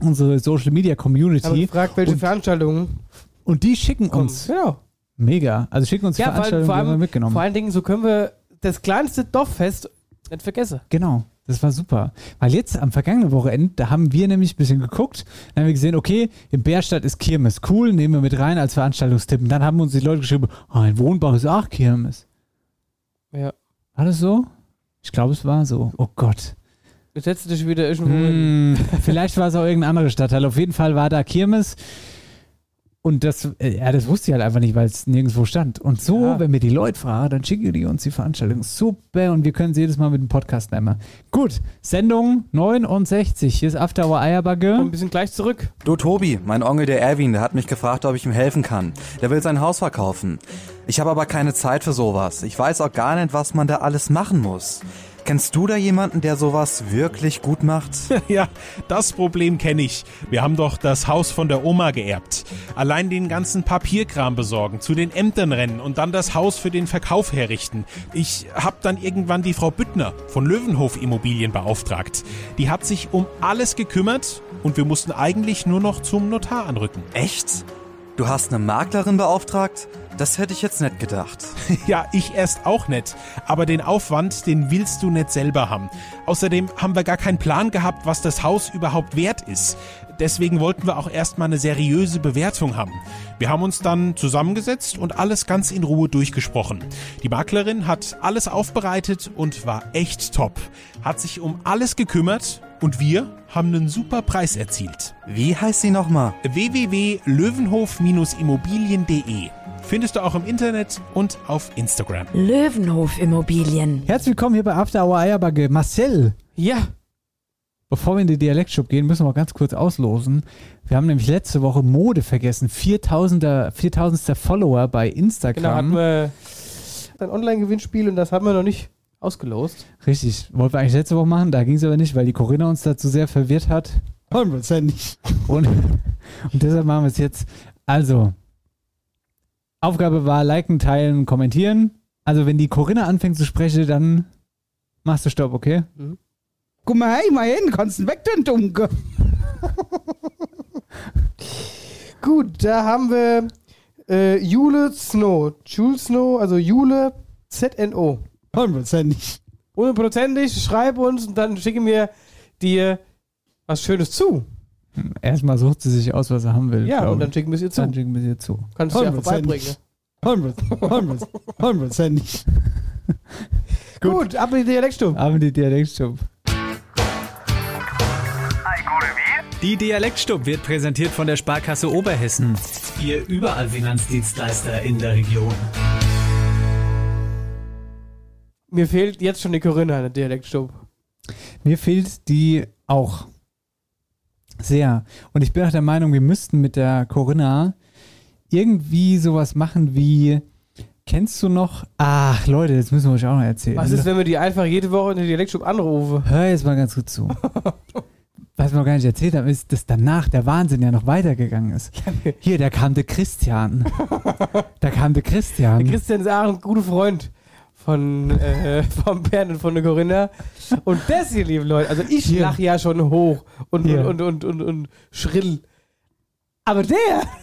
Speaker 4: unsere
Speaker 5: Ich habe
Speaker 4: Social-Media-Community.
Speaker 5: gefragt, welche
Speaker 4: Und-
Speaker 5: Veranstaltungen.
Speaker 4: Und die schicken uns.
Speaker 5: Genau.
Speaker 4: Mega. Also schicken uns
Speaker 5: Ja, vor, allem-
Speaker 4: Veranstaltungen,
Speaker 5: vor,
Speaker 4: die haben wir
Speaker 5: allem,
Speaker 4: mitgenommen.
Speaker 5: vor allen Dingen, so können wir das kleinste Dorffest nicht vergessen.
Speaker 4: Genau, das war super. Weil jetzt am vergangenen Wochenende, da haben wir nämlich ein bisschen geguckt, dann haben wir gesehen, okay, in Bärstadt ist Kirmes, cool, nehmen wir mit rein als Veranstaltungstipp. Und dann haben uns die Leute geschrieben, ah, in Wohnbach ist auch Kirmes.
Speaker 5: Ja.
Speaker 4: War das so? Ich glaube, es war so. Oh Gott.
Speaker 5: Jetzt setzt du dich wieder irgendwo hin.
Speaker 4: Hm, vielleicht war es auch irgendein anderer Stadtteil. Auf jeden Fall war da Kirmes. Und das, äh, ja, das wusste ich halt einfach nicht, weil es nirgendwo stand. Und so, wenn wir die Leute fragen, dann schicken die uns die Veranstaltung. Super. Und wir können sie jedes Mal mit dem Podcast nehmen. Gut, Sendung 69. Hier ist After Hour Eierbacke.
Speaker 5: Wir sind gleich zurück.
Speaker 14: Du Tobi, mein Onkel der Erwin, der hat mich gefragt, ob ich ihm helfen kann. Der will sein Haus verkaufen. Ich habe aber keine Zeit für sowas. Ich weiß auch gar nicht, was man da alles machen muss. Kennst du da jemanden, der sowas wirklich gut macht?
Speaker 11: ja, das Problem kenne ich. Wir haben doch das Haus von der Oma geerbt. Allein den ganzen Papierkram besorgen, zu den Ämtern rennen und dann das Haus für den Verkauf herrichten. Ich habe dann irgendwann die Frau Büttner von Löwenhof Immobilien beauftragt. Die hat sich um alles gekümmert und wir mussten eigentlich nur noch zum Notar anrücken.
Speaker 14: Echt? Du hast eine Maklerin beauftragt? Das hätte ich jetzt nicht gedacht.
Speaker 11: ja, ich erst auch nicht. Aber den Aufwand, den willst du nicht selber haben. Außerdem haben wir gar keinen Plan gehabt, was das Haus überhaupt wert ist. Deswegen wollten wir auch erstmal eine seriöse Bewertung haben. Wir haben uns dann zusammengesetzt und alles ganz in Ruhe durchgesprochen. Die Maklerin hat alles aufbereitet und war echt top. Hat sich um alles gekümmert und wir haben einen super Preis erzielt.
Speaker 14: Wie heißt sie nochmal?
Speaker 11: www.löwenhof-immobilien.de Findest du auch im Internet und auf Instagram.
Speaker 1: Löwenhof Immobilien.
Speaker 4: Herzlich willkommen hier bei After Hour Eierbagge. Marcel.
Speaker 5: Ja.
Speaker 4: Bevor wir in den Dialektshop gehen, müssen wir mal ganz kurz auslosen. Wir haben nämlich letzte Woche Mode vergessen. 4000er, 4000. Follower bei
Speaker 5: Genau, hatten
Speaker 4: Instagram.
Speaker 5: wir ein Online-Gewinnspiel und das haben wir noch nicht ausgelost.
Speaker 4: Richtig. Wollten wir eigentlich letzte Woche machen, da ging es aber nicht, weil die Corinna uns dazu sehr verwirrt hat. Wollen wir es ja nicht. Und, und deshalb machen wir es jetzt. Also, Aufgabe war liken, teilen, kommentieren. Also, wenn die Corinna anfängt zu sprechen, dann machst du Stopp, okay?
Speaker 6: Guck mal, hey, mal hin, kannst du weg, den Dunke.
Speaker 5: Gut, da haben wir äh, Jule Snow. Jule Snow, also Jule ZNO.
Speaker 4: Hundertprozentig.
Speaker 5: Hundertprozentig, schreib uns und dann schicke mir dir was Schönes zu.
Speaker 4: Erstmal sucht sie sich aus, was sie haben will.
Speaker 5: Ja,
Speaker 4: glaub
Speaker 5: und dann
Speaker 4: ich.
Speaker 5: schicken wir es ihr zu.
Speaker 4: Dann schicken wir es ihr zu.
Speaker 5: Kannst du ja vorbeibringen. Ne?
Speaker 4: Hundertprozentig.
Speaker 5: Gut. ab in den Dialektstub.
Speaker 4: Ab in den Dialektstub.
Speaker 15: Die Dialektstub wird präsentiert von der Sparkasse Oberhessen. Ihr überall Finanzdienstleister in der Region.
Speaker 5: Mir fehlt jetzt schon die Corinna in der Dialektstub.
Speaker 4: Mir fehlt die auch sehr. Und ich bin auch der Meinung, wir müssten mit der Corinna irgendwie sowas machen wie, kennst du noch, ach Leute, das müssen wir euch auch noch erzählen.
Speaker 5: Was ist, wenn wir die einfach jede Woche in den Dialektstub anrufen?
Speaker 4: Hör jetzt mal ganz gut zu. Was wir noch gar nicht erzählt haben, ist, dass danach der Wahnsinn ja noch weitergegangen ist. Hier, da kam der Christian. Da kam der Christian.
Speaker 5: Der Christian ist auch ein guter Freund von äh, vom Bernd und von der Corinna. Und das hier, liebe Leute, also ich lache ja schon hoch und,
Speaker 4: Hier.
Speaker 5: und, und, und, und, und schrill. Aber der,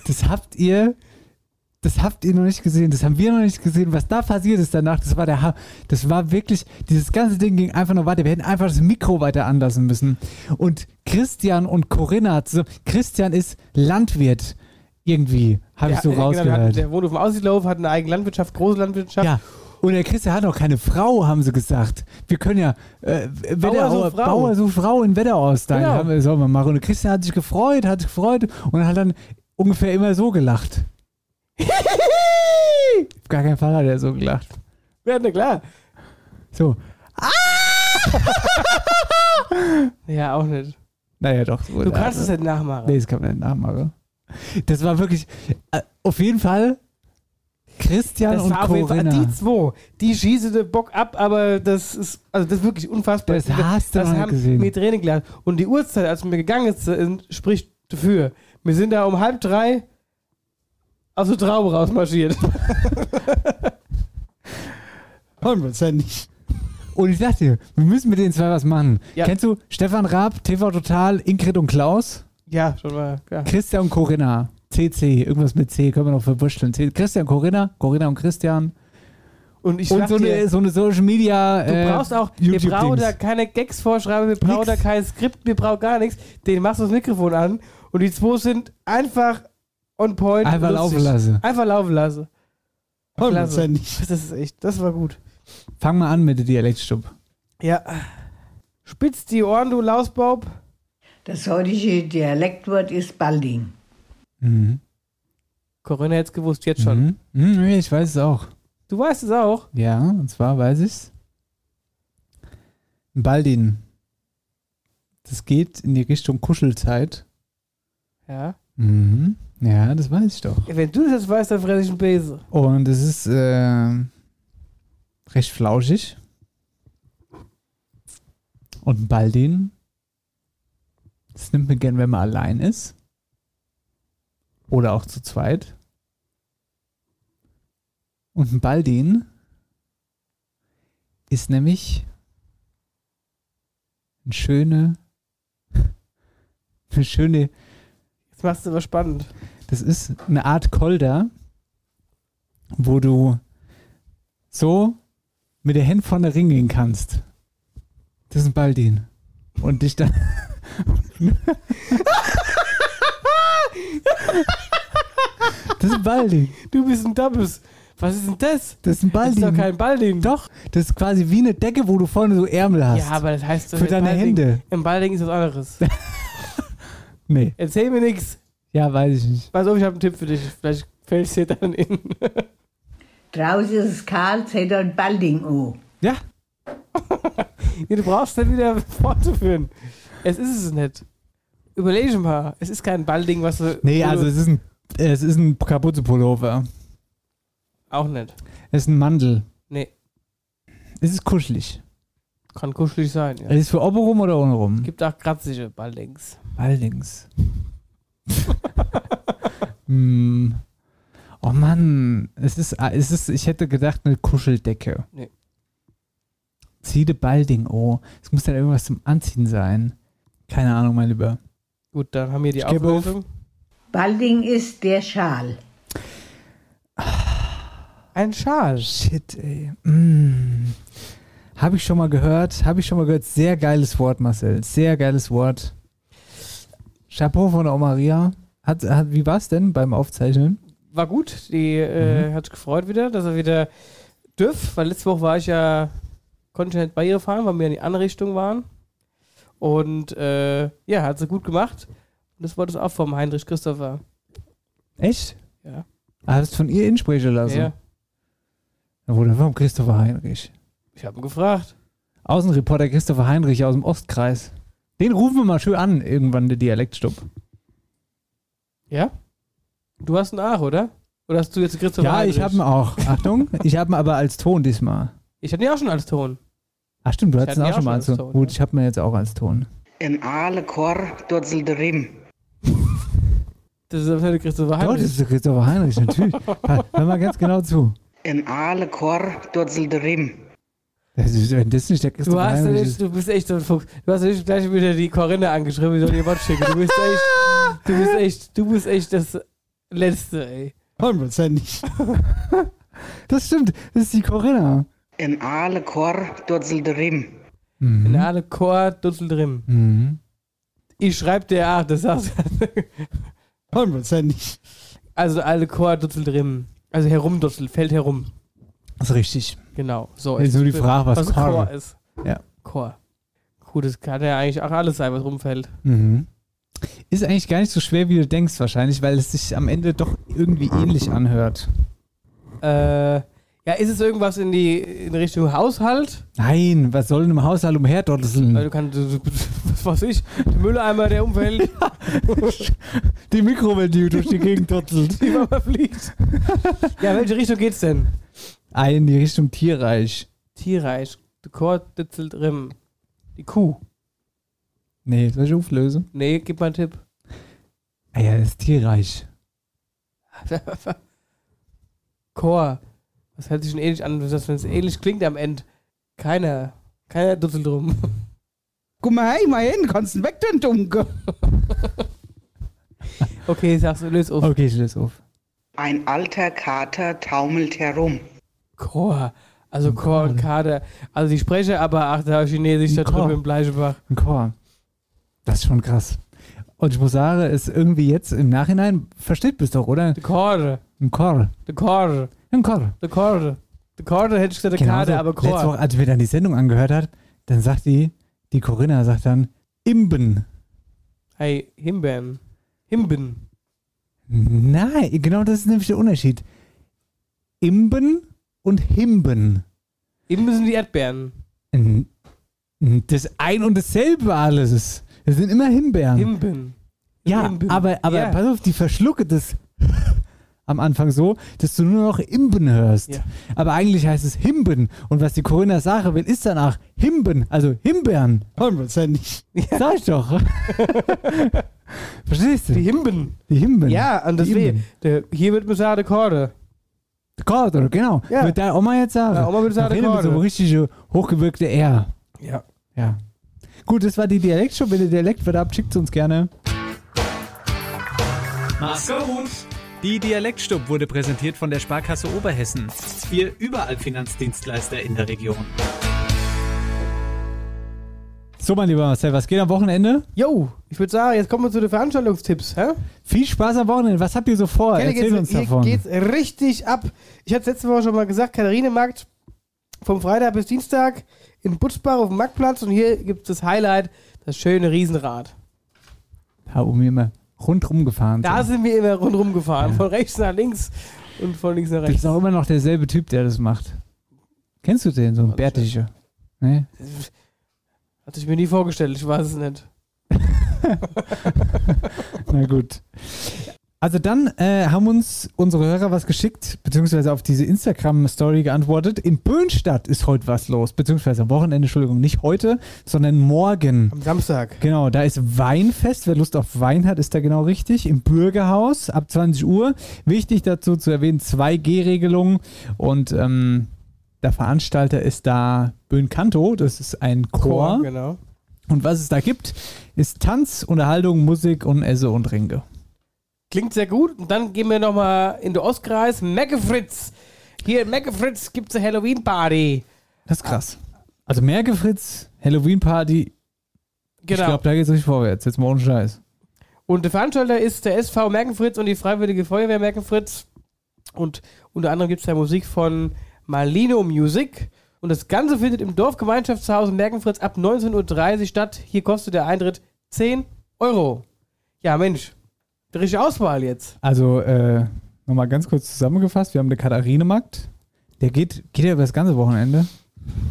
Speaker 4: Das habt ihr, das habt ihr noch nicht gesehen, das haben wir noch nicht gesehen, was da passiert ist danach, das war der ha das war wirklich, dieses ganze Ding ging einfach nur weiter, wir hätten einfach das Mikro weiter anlassen müssen. Und Christian und Corinna, zusammen- Christian ist Landwirt, irgendwie, habe ich
Speaker 5: Ja,
Speaker 4: so
Speaker 5: äh, genau, der hat-
Speaker 4: rausgehört.
Speaker 5: der wohnt auf dem Aussiedlauf, hat eine eigene Landwirtschaft, große Landwirtschaft.
Speaker 4: ja. Und der Christian hat auch keine Frau, haben sie gesagt. Wir können ja äh, Wetterau,
Speaker 5: sucht Frau.
Speaker 4: Bauer so Frau in Wetterau aussteigen.
Speaker 5: Genau.
Speaker 4: Haben wir- Sollen wir machen. Und der Christian hat sich gefreut, hat sich gefreut und hat dann ungefähr immer so gelacht. Auf gar keinen Fall hat er so gelacht.
Speaker 5: Ja, na klar.
Speaker 4: So,
Speaker 5: Ah! Ja, auch nicht.
Speaker 4: naja, doch. so
Speaker 5: Du
Speaker 4: eine
Speaker 5: kannst
Speaker 4: Art.
Speaker 5: es nicht nachmachen.
Speaker 4: Nee, das kann man nicht nachmachen. Das war wirklich, äh, auf jeden Fall, Christian
Speaker 5: das
Speaker 4: und
Speaker 5: war auf jeden Fall,
Speaker 4: Corinna.
Speaker 5: die zwei, die schießen den Bock ab, aber das ist, also das ist wirklich unfassbar.
Speaker 4: Das hast du
Speaker 5: das
Speaker 4: noch nicht
Speaker 5: haben
Speaker 4: gesehen.
Speaker 5: mir Tränen gelassen. Und die Uhrzeit, als wir gegangen sind, spricht dafür. Wir sind da um halb drei aus der Traube rausmarschiert.
Speaker 4: Hundertprozentig. Und Oh, ich dachte, dir, wir müssen mit den zwei was machen.
Speaker 5: Ja.
Speaker 4: Kennst du Stefan Raab, TV Total, Ingrid und Klaus?
Speaker 5: ja, schon mal. Ja.
Speaker 4: Christian und Corinna. CC, irgendwas mit C, können wir noch verwurschteln. C- Christian, Corinna, Corinna und Christian.
Speaker 5: Und ich
Speaker 4: und
Speaker 5: sag
Speaker 4: so, eine,
Speaker 5: dir,
Speaker 4: so eine Social Media. äh,
Speaker 5: du brauchst auch, wir brauchen da keine Gags vorschreiben, wir brauchen
Speaker 4: Nix.
Speaker 5: da kein Skript, wir brauchen gar nichts. Den machst du das Mikrofon an und die zwei sind einfach on point.
Speaker 4: Einfach
Speaker 5: lustig.
Speaker 4: laufen lassen.
Speaker 5: Einfach laufen lassen. Klasse.
Speaker 4: Hundertprozentig.
Speaker 5: Das ist echt, das war gut.
Speaker 4: Fang mal an mit der Dialektstub.
Speaker 5: Ja. Spitz die Ohren, du Lausbaub.
Speaker 16: Das heutige Dialektwort ist Balding.
Speaker 4: Mhm.
Speaker 5: Corinna hätte es gewusst, jetzt schon.
Speaker 4: Mhm. Mhm, nee, ich weiß es auch.
Speaker 5: Du weißt es auch.
Speaker 4: Ja, und zwar weiß ich's. Baldin. Das geht in die Richtung Kuschelzeit.
Speaker 5: Ja.
Speaker 4: Mhm. Ja, das weiß ich doch.
Speaker 5: Wenn du das jetzt weißt, dann fresse ich einen Besen.
Speaker 4: ähm, Und es ist äh, recht flauschig. Und ein Baldin, das nimmt man gern, wenn man allein ist. Oder auch zu zweit. Und ein Baldin ist nämlich eine schöne, eine schöne.
Speaker 5: Jetzt machst du aber spannend.
Speaker 4: Das ist eine Art Kolder, wo du so mit der Hand vorne ringen kannst. Das ist ein Baldin. Und dich dann. das ist ein Baldin.
Speaker 5: Du bist ein Dabbes. Was ist denn das?
Speaker 4: Das ist ein Baldin.
Speaker 5: Das ist doch kein Baldin.
Speaker 4: Doch, das ist quasi wie eine Decke, wo du vorne so Ärmel hast.
Speaker 5: Ja, aber das heißt
Speaker 4: Für deine
Speaker 5: Balding,
Speaker 4: Hände.
Speaker 5: Im Balding ist was anderes.
Speaker 4: Nee.
Speaker 5: Erzähl mir nichts.
Speaker 4: Ja, weiß ich nicht.
Speaker 5: Pass auf, ich habe einen Tipp für dich. Vielleicht fällt es dir dann in.
Speaker 16: Draußen ist es kalt, zieht ein Balding an.
Speaker 4: Ja.
Speaker 5: Nee, du brauchst dann wieder fortzuführen. Es ist es nicht. Überlege mal. Es ist kein Balding, was du.
Speaker 4: Nee,
Speaker 5: wo
Speaker 4: also
Speaker 5: du-
Speaker 4: es ist ein, es ist ein Kapuzenpullover.
Speaker 5: Auch nicht.
Speaker 4: Es ist ein Mandel.
Speaker 5: Nee.
Speaker 4: Es ist kuschelig.
Speaker 5: Kann kuschelig sein, ja.
Speaker 4: Es ist für Oberum oder ohne rum?
Speaker 5: Gibt auch kratzige Baldings.
Speaker 4: Allerdings. hm. Oh Mann, es ist, ah, es ist, ich hätte gedacht, eine Kuscheldecke.
Speaker 5: Nee.
Speaker 4: Zieh de Balding, oh. Es muss dann irgendwas zum Anziehen sein. Keine Ahnung, mein Lieber.
Speaker 5: Gut, dann haben wir die
Speaker 4: Ich gebe auf.
Speaker 5: Auflösung.
Speaker 16: Balding ist der Schal.
Speaker 5: Ein Schal.
Speaker 4: Shit, ey. Mm. Habe ich schon mal gehört. Habe ich schon mal gehört. Sehr geiles Wort, Marcel. Sehr geiles Wort. Chapeau von der Omaria. Hat, hat, wie war es denn beim Aufzeichnen?
Speaker 5: War gut. Die
Speaker 4: Mhm.
Speaker 5: äh, hat sich gefreut wieder, dass er wieder dürft, weil letzte Woche war ich ja, konnte ich nicht bei ihr fahren, weil wir in die andere Richtung waren. Und äh, ja, hat sie gut gemacht. Und das Wort ist auch vom Heinrich Christopher.
Speaker 4: Echt?
Speaker 5: Ja.
Speaker 4: Ah, Hast du von ihr insprechen lassen?
Speaker 5: Ja.
Speaker 4: Na, wo denn vom Christopher Heinrich?
Speaker 5: Ich habe ihn gefragt.
Speaker 4: Außenreporter Christopher Heinrich aus dem Ostkreis. Den rufen wir mal schön an, irgendwann der Dialektstub.
Speaker 5: Ja? Du hast einen Ach, oder? Oder hast du jetzt Christopher
Speaker 4: ja,
Speaker 5: Heinrich?
Speaker 4: ich habe ihn auch. Achtung, ich habe ihn aber als Ton diesmal.
Speaker 5: Ich hatte ihn auch schon als Ton.
Speaker 4: Ach stimmt, du
Speaker 5: Ich
Speaker 4: hattest ihn auch
Speaker 5: hatte ihn
Speaker 4: schon mal als Ton. Gut, ich habe ihn jetzt auch als Ton.
Speaker 17: Im aale Chor dutzel der Rim.
Speaker 5: Das ist der Christopher
Speaker 4: Doch, das ist der Christopher Heinrich, natürlich. Hör hör mal ganz genau zu.
Speaker 17: Im aale Chor dutzel der Rim.
Speaker 4: Das ist, wenn das nicht der
Speaker 5: Du,
Speaker 4: Christopher
Speaker 5: hast ja
Speaker 4: Heinrich
Speaker 5: nicht,
Speaker 4: ist.
Speaker 5: du bist echt so ein Fuchs. Du hast ja nicht gleich wieder die Corinna angeschrieben, wie soll die Wort schicken. Du bist echt, du bist echt, du bist echt das Letzte, ey.
Speaker 4: Hundertprozentig. Das stimmt, das ist die Corinna.
Speaker 17: Im aale Chor dutzel der Rim.
Speaker 5: In alle Chor dutzelt drin.
Speaker 4: Mhm.
Speaker 5: Ich schreib dir A, das sagst du.
Speaker 4: Hundertprozentig.
Speaker 5: Also alle Chor dutzelt drin. Also herumdutzelt, fällt herum.
Speaker 4: Das ist richtig.
Speaker 5: Genau. So,
Speaker 4: Jetzt nur die
Speaker 5: für-
Speaker 4: Frage, was Chor-
Speaker 5: Chor ist.
Speaker 4: Ja.
Speaker 5: Chor. Gut, das kann ja eigentlich auch alles sein, was rumfällt.
Speaker 4: Mhm. Ist eigentlich gar nicht so schwer, wie du denkst, wahrscheinlich, weil es sich am Ende doch irgendwie ähnlich anhört.
Speaker 5: Äh, ja, ist es irgendwas in die in Richtung Haushalt?
Speaker 4: Nein, was soll denn im Haushalt
Speaker 5: Weil du
Speaker 4: umherdotteln?
Speaker 5: kannst, du- du- was weiß ich, der Mülleimer, der umfällt.
Speaker 4: Die Mikrowelle, die durch die Gegend dottelt.
Speaker 5: die Mama fliegt. ja, in welche Richtung geht's denn?
Speaker 4: Ah, in die Richtung Tierreich.
Speaker 5: Tierreich. Der Chor ditzelt Rimm. Die Kuh.
Speaker 4: Nee, soll ich auflösen?
Speaker 5: Nee, gib mal einen Tipp.
Speaker 4: Ah ja, das ist Tierreich.
Speaker 5: Chor. Das hört sich schon ähnlich an, dass wenn es ähnlich klingt am Ende. Keiner. Keiner dutzelt rum.
Speaker 6: Guck mal, hey, mal hin, kannst du weg, den Dunkel.
Speaker 5: Okay, sagst du, löst auf.
Speaker 4: Okay, ich löse auf.
Speaker 17: Ein alter Kater taumelt herum.
Speaker 5: Chor. Also Chor und Kader. Also ich spreche aber, ach, da Chinesisch da
Speaker 4: Chor.
Speaker 5: drüben im Bleichebach.
Speaker 4: Ein Chor. Das ist schon krass. Und ich muss sagen, ist irgendwie jetzt im Nachhinein, versteht bis doch, oder?
Speaker 5: Der Chor.
Speaker 4: Ein Chor.
Speaker 5: Der Chor.
Speaker 4: Ein Chor.
Speaker 5: Der Chor. Der Chor, hätte ich gesagt, der
Speaker 4: Genauso,
Speaker 5: Kader, aber
Speaker 4: Genau Letzte Woche,
Speaker 5: Chor.
Speaker 4: als wir dann die Sendung angehört hat, dann sagt die, die Corinna sagt dann, Imben.
Speaker 5: Hey, Himbeeren. Himben.
Speaker 4: Nein, genau das ist nämlich der Unterschied. Imben und Himben.
Speaker 5: Imben sind die Erdbeeren.
Speaker 4: N- n- Das ein und dasselbe alles. Das sind immer Himbeeren.
Speaker 5: Himben.
Speaker 4: ja,
Speaker 5: Himben.
Speaker 4: aber, aber
Speaker 5: Ja.
Speaker 4: pass auf, die verschlucke das am Anfang so, dass du nur noch Imben hörst. Aber eigentlich heißt es Himben. Und was die Corinna Sache will, ist danach Himben, also Himbeeren. Hundertprozentig. Sag ich doch. Verstehst du?
Speaker 5: Die Himben.
Speaker 4: Die Himben.
Speaker 5: Ja, und
Speaker 4: Die
Speaker 5: deswegen,
Speaker 4: Himben.
Speaker 5: der, hier wird man sagen, Korde.
Speaker 4: Korde, genau.
Speaker 5: Ja.
Speaker 4: Wird deine Oma jetzt sagen.
Speaker 5: Ja, Oma würde
Speaker 4: Da
Speaker 5: sagen,
Speaker 4: reden wir mit so
Speaker 5: Korde.
Speaker 4: richtige hochgewirkte R.
Speaker 5: Ja.
Speaker 4: Ja. Gut, das war die Dialektshow. Wenn ihr Dialekt habt, schickt uns gerne.
Speaker 15: Mach's gut! Die Dialektstub wurde präsentiert von der Sparkasse Oberhessen. Wir überall Finanzdienstleister in der Region.
Speaker 4: So, mein lieber Marcel, was geht am Wochenende?
Speaker 5: Jo, ich würde sagen, jetzt kommen wir zu den Veranstaltungstipps. Hä?
Speaker 4: Viel Spaß am Wochenende. Was habt ihr so vor?
Speaker 5: Kenny,
Speaker 4: Erzähl
Speaker 5: geht's-
Speaker 4: uns
Speaker 5: hier
Speaker 4: davon.
Speaker 5: geht's richtig ab. Ich hatte letzte Woche schon mal gesagt, Katharinemarkt vom Freitag bis Dienstag in Butzbach auf dem Marktplatz und hier gibt es das Highlight, das schöne Riesenrad.
Speaker 4: Ja, um immer rundrum gefahren.
Speaker 5: Da
Speaker 4: sind.
Speaker 5: sind wir immer rundherum gefahren, von rechts nach links und von links nach
Speaker 4: das
Speaker 5: rechts.
Speaker 4: ist auch immer noch derselbe Typ, der das macht. Kennst du den, so ein Bärtischer? Ne? Nee?
Speaker 5: Hatte ich mir nie vorgestellt, ich weiß es nicht.
Speaker 4: Na gut. Also dann äh, haben uns unsere Hörer was geschickt, beziehungsweise auf diese Instagram-Story geantwortet. In Böhnstadt ist heute was los, beziehungsweise am Wochenende, Entschuldigung, nicht heute, sondern morgen.
Speaker 5: Am Samstag.
Speaker 4: Genau, da ist Weinfest. Wer Lust auf Wein hat, ist da genau richtig. Im Bürgerhaus ab 20 Uhr. Wichtig dazu zu erwähnen, 2G-Regelung und ähm, der Veranstalter ist da Böhnkanto, das ist ein Chor.
Speaker 5: genau.
Speaker 4: Und was es da gibt, ist Tanz, Unterhaltung, Musik und Esse und Trinke.
Speaker 5: Klingt sehr gut. Und dann gehen wir nochmal in den Ostkreis. Meckefritz. Hier in Meckefritz gibt es eine Halloween-Party.
Speaker 4: Das ist krass. Also Merke Fritz, Halloween Party.
Speaker 5: Genau.
Speaker 4: Ich glaube, da geht's richtig vorwärts. Jetzt mal ohne Scheiß.
Speaker 5: Und der Veranstalter ist der SV Merkenfritz und die Freiwillige Feuerwehr Merkenfritz. Und unter anderem gibt es da Musik von Malino Music. Und das Ganze findet im Dorfgemeinschaftshaus Merkenfritz ab 19.30 Uhr statt. Hier kostet der Eintritt 10 Euro. Ja, Mensch. die Richtige Auswahl jetzt.
Speaker 4: Also, äh, nochmal ganz kurz zusammengefasst. Wir haben den Katharinemarkt. Der geht, geht ja über das ganze Wochenende.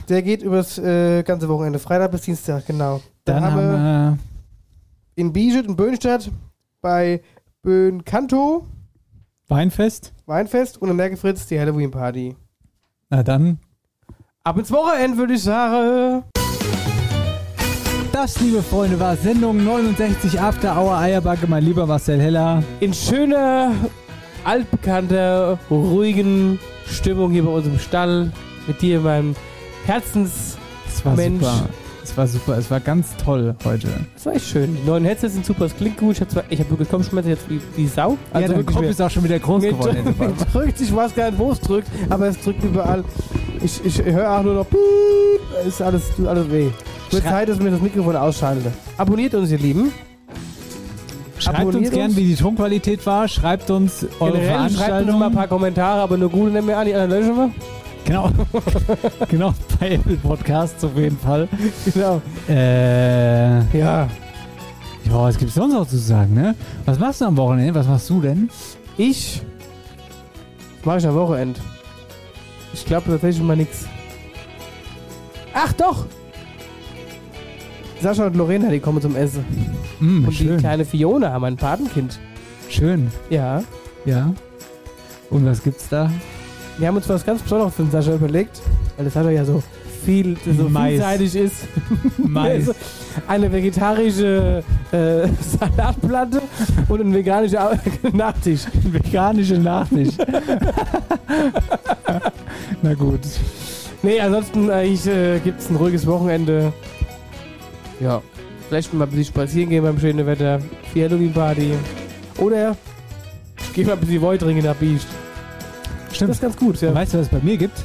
Speaker 5: Der geht übers äh, ganze Wochenende, Freitag bis Dienstag, genau. Da
Speaker 4: Dann
Speaker 5: haben
Speaker 4: haben
Speaker 5: wir
Speaker 4: wir
Speaker 5: in Bischut, in Böhnstadt, bei Böhnkanto
Speaker 4: Weinfest.
Speaker 5: Weinfest und in Merkefritz die Halloween-Party.
Speaker 4: Na dann,
Speaker 5: Ab ins Wochenende, würde ich sagen.
Speaker 4: das, liebe Freunde, war Sendung 69 After Hour Eierbacke, mein lieber Marcel Heller.
Speaker 5: In schöner, altbekannter, ruhigen Stimmung hier bei uns im Stall. Mit dir, meinem Herzens.
Speaker 4: Es war
Speaker 5: Mensch.
Speaker 4: super. Es war super. Es war ganz toll heute.
Speaker 5: Das war echt schön. Die neuen Headsets sind super, es klingt gut. Ich habe zwar, ich habe wirklich Kopfschmerzen jetzt wie, wie Sau. Also
Speaker 4: dein
Speaker 5: wirklich
Speaker 4: Kopf
Speaker 5: mir-
Speaker 4: ist auch schon wieder groß
Speaker 5: mir
Speaker 4: geworden,
Speaker 5: drückt-
Speaker 4: Ende
Speaker 5: mir drückt, ich weiß gar nicht, wo es drückt, aber es drückt überall. Ich, ich höre auch nur noch Piep. Ist alles, tut alles weh. Wird
Speaker 4: Schrei-
Speaker 5: Zeit, dass mir das Mikrofon ausschalte. Abonniert uns, ihr Lieben.
Speaker 4: Schreibt uns
Speaker 5: Abonniert
Speaker 4: gern,
Speaker 5: uns.
Speaker 4: wie die Tonqualität war. Schreibt uns eure
Speaker 5: Generell schreibt uns
Speaker 4: Veranstaltungen.
Speaker 5: mal ein paar Kommentare, aber nur gute nehmen wir an, die anderen löschen wir.
Speaker 4: Genau. genau, bei Apple Podcasts auf jeden Fall.
Speaker 5: Genau.
Speaker 4: Äh,
Speaker 5: ja.
Speaker 4: Ja, was gibt's sonst noch zu sagen, ne? Was machst du am Wochenende? Was machst du denn?
Speaker 5: Ich? Mache ich am Wochenende. Ich glaube tatsächlich mal nichts. Ach doch! Sascha und Lorena, die kommen zum Essen.
Speaker 4: Mm,
Speaker 5: und
Speaker 4: schön.
Speaker 5: die kleine Fiona haben ein Patenkind.
Speaker 4: Schön.
Speaker 5: Ja.
Speaker 4: Ja. Und was gibt's da?
Speaker 5: Wir haben uns was ganz Besonderes für den Sascha überlegt, weil der Sascha ja so viel so
Speaker 4: Mais.
Speaker 5: vielseitig ist.
Speaker 4: Mais.
Speaker 5: Also Eine vegetarische äh, Salatplatte und ein veganischer Nachtisch.
Speaker 4: Ein veganischer Nachtisch. Na gut.
Speaker 5: Nee, ansonsten eigentlich äh, gibt es ein ruhiges Wochenende. Ja. Vielleicht mal ein bisschen spazieren gehen beim schönen Wetter. Die Halloween-Party. Oder ich gehe mal ein bisschen Wolltringe nach Biest.
Speaker 4: Stimmt.
Speaker 5: Das ist ganz gut, ja.
Speaker 4: Weißt du, was es bei mir gibt?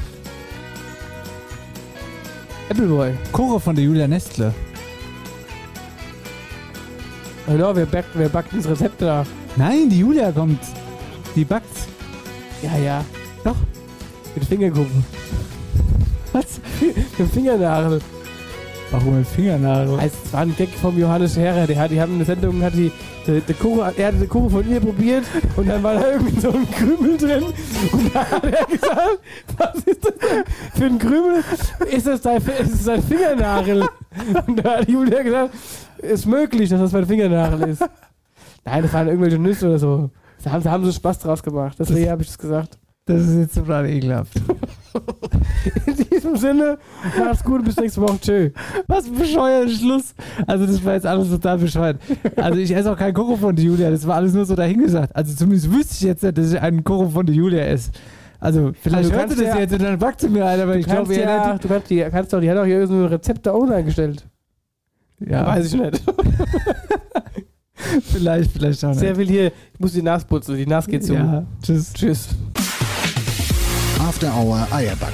Speaker 5: Appleboy.
Speaker 4: Chore von der Julia Nestle.
Speaker 5: Genau, wer backt, wer backt das Rezept da?
Speaker 4: Nein, die Julia kommt. Die backt.
Speaker 5: Ja, ja.
Speaker 4: Doch.
Speaker 5: Mit Fingerkuppen. Was? Mit Fingernagel.
Speaker 4: Warum mit Fingernagel?
Speaker 5: Also, es war ein Gag vom Johannes Herrer. Der hat, die haben eine Sendung, hat die, der, der Kuchen, er hat eine Kuchen von ihr probiert und dann war da irgendwie so ein Krümel drin. Und da hat er gesagt, was ist das denn für ein Krümel? Ist das dein, ist das dein Fingernagel? Und da hat Julia gesagt, ist möglich, dass das mein Fingernagel ist. Nein, das waren irgendwelche Nüsse oder so. Da haben, da haben sie Spaß draus gemacht. Deswegen habe ich das gesagt.
Speaker 4: Das ist jetzt total ekelhaft.
Speaker 5: In diesem Sinne, macht's gut, bis nächste Woche. Tschö.
Speaker 4: Was ein bescheuerter Schluss. Also, das war jetzt alles total bescheuert. Also, ich esse auch keinen Koro von der Julia. Das war alles nur so dahingesagt. Also, zumindest wüsste ich jetzt nicht, dass ich einen Koro von der Julia esse. Also, vielleicht
Speaker 5: du
Speaker 4: hört
Speaker 5: kannst
Speaker 4: ihr das
Speaker 5: ja-
Speaker 4: jetzt und dann backt sie mir ein, aber ich
Speaker 5: kannst
Speaker 4: glaube eher
Speaker 5: ja,
Speaker 4: nicht.
Speaker 5: Du kannst, die, kannst doch, die hat doch hier irgendein Rezept da online gestellt.
Speaker 4: Ja.
Speaker 5: Weiß ich nicht.
Speaker 4: vielleicht, vielleicht auch nicht.
Speaker 5: Sehr viel hier. Ich muss die Nase putzen. Die Nase geht zu.
Speaker 4: Ja, tschüss.
Speaker 5: Tschüss.
Speaker 3: After Hour Eierback.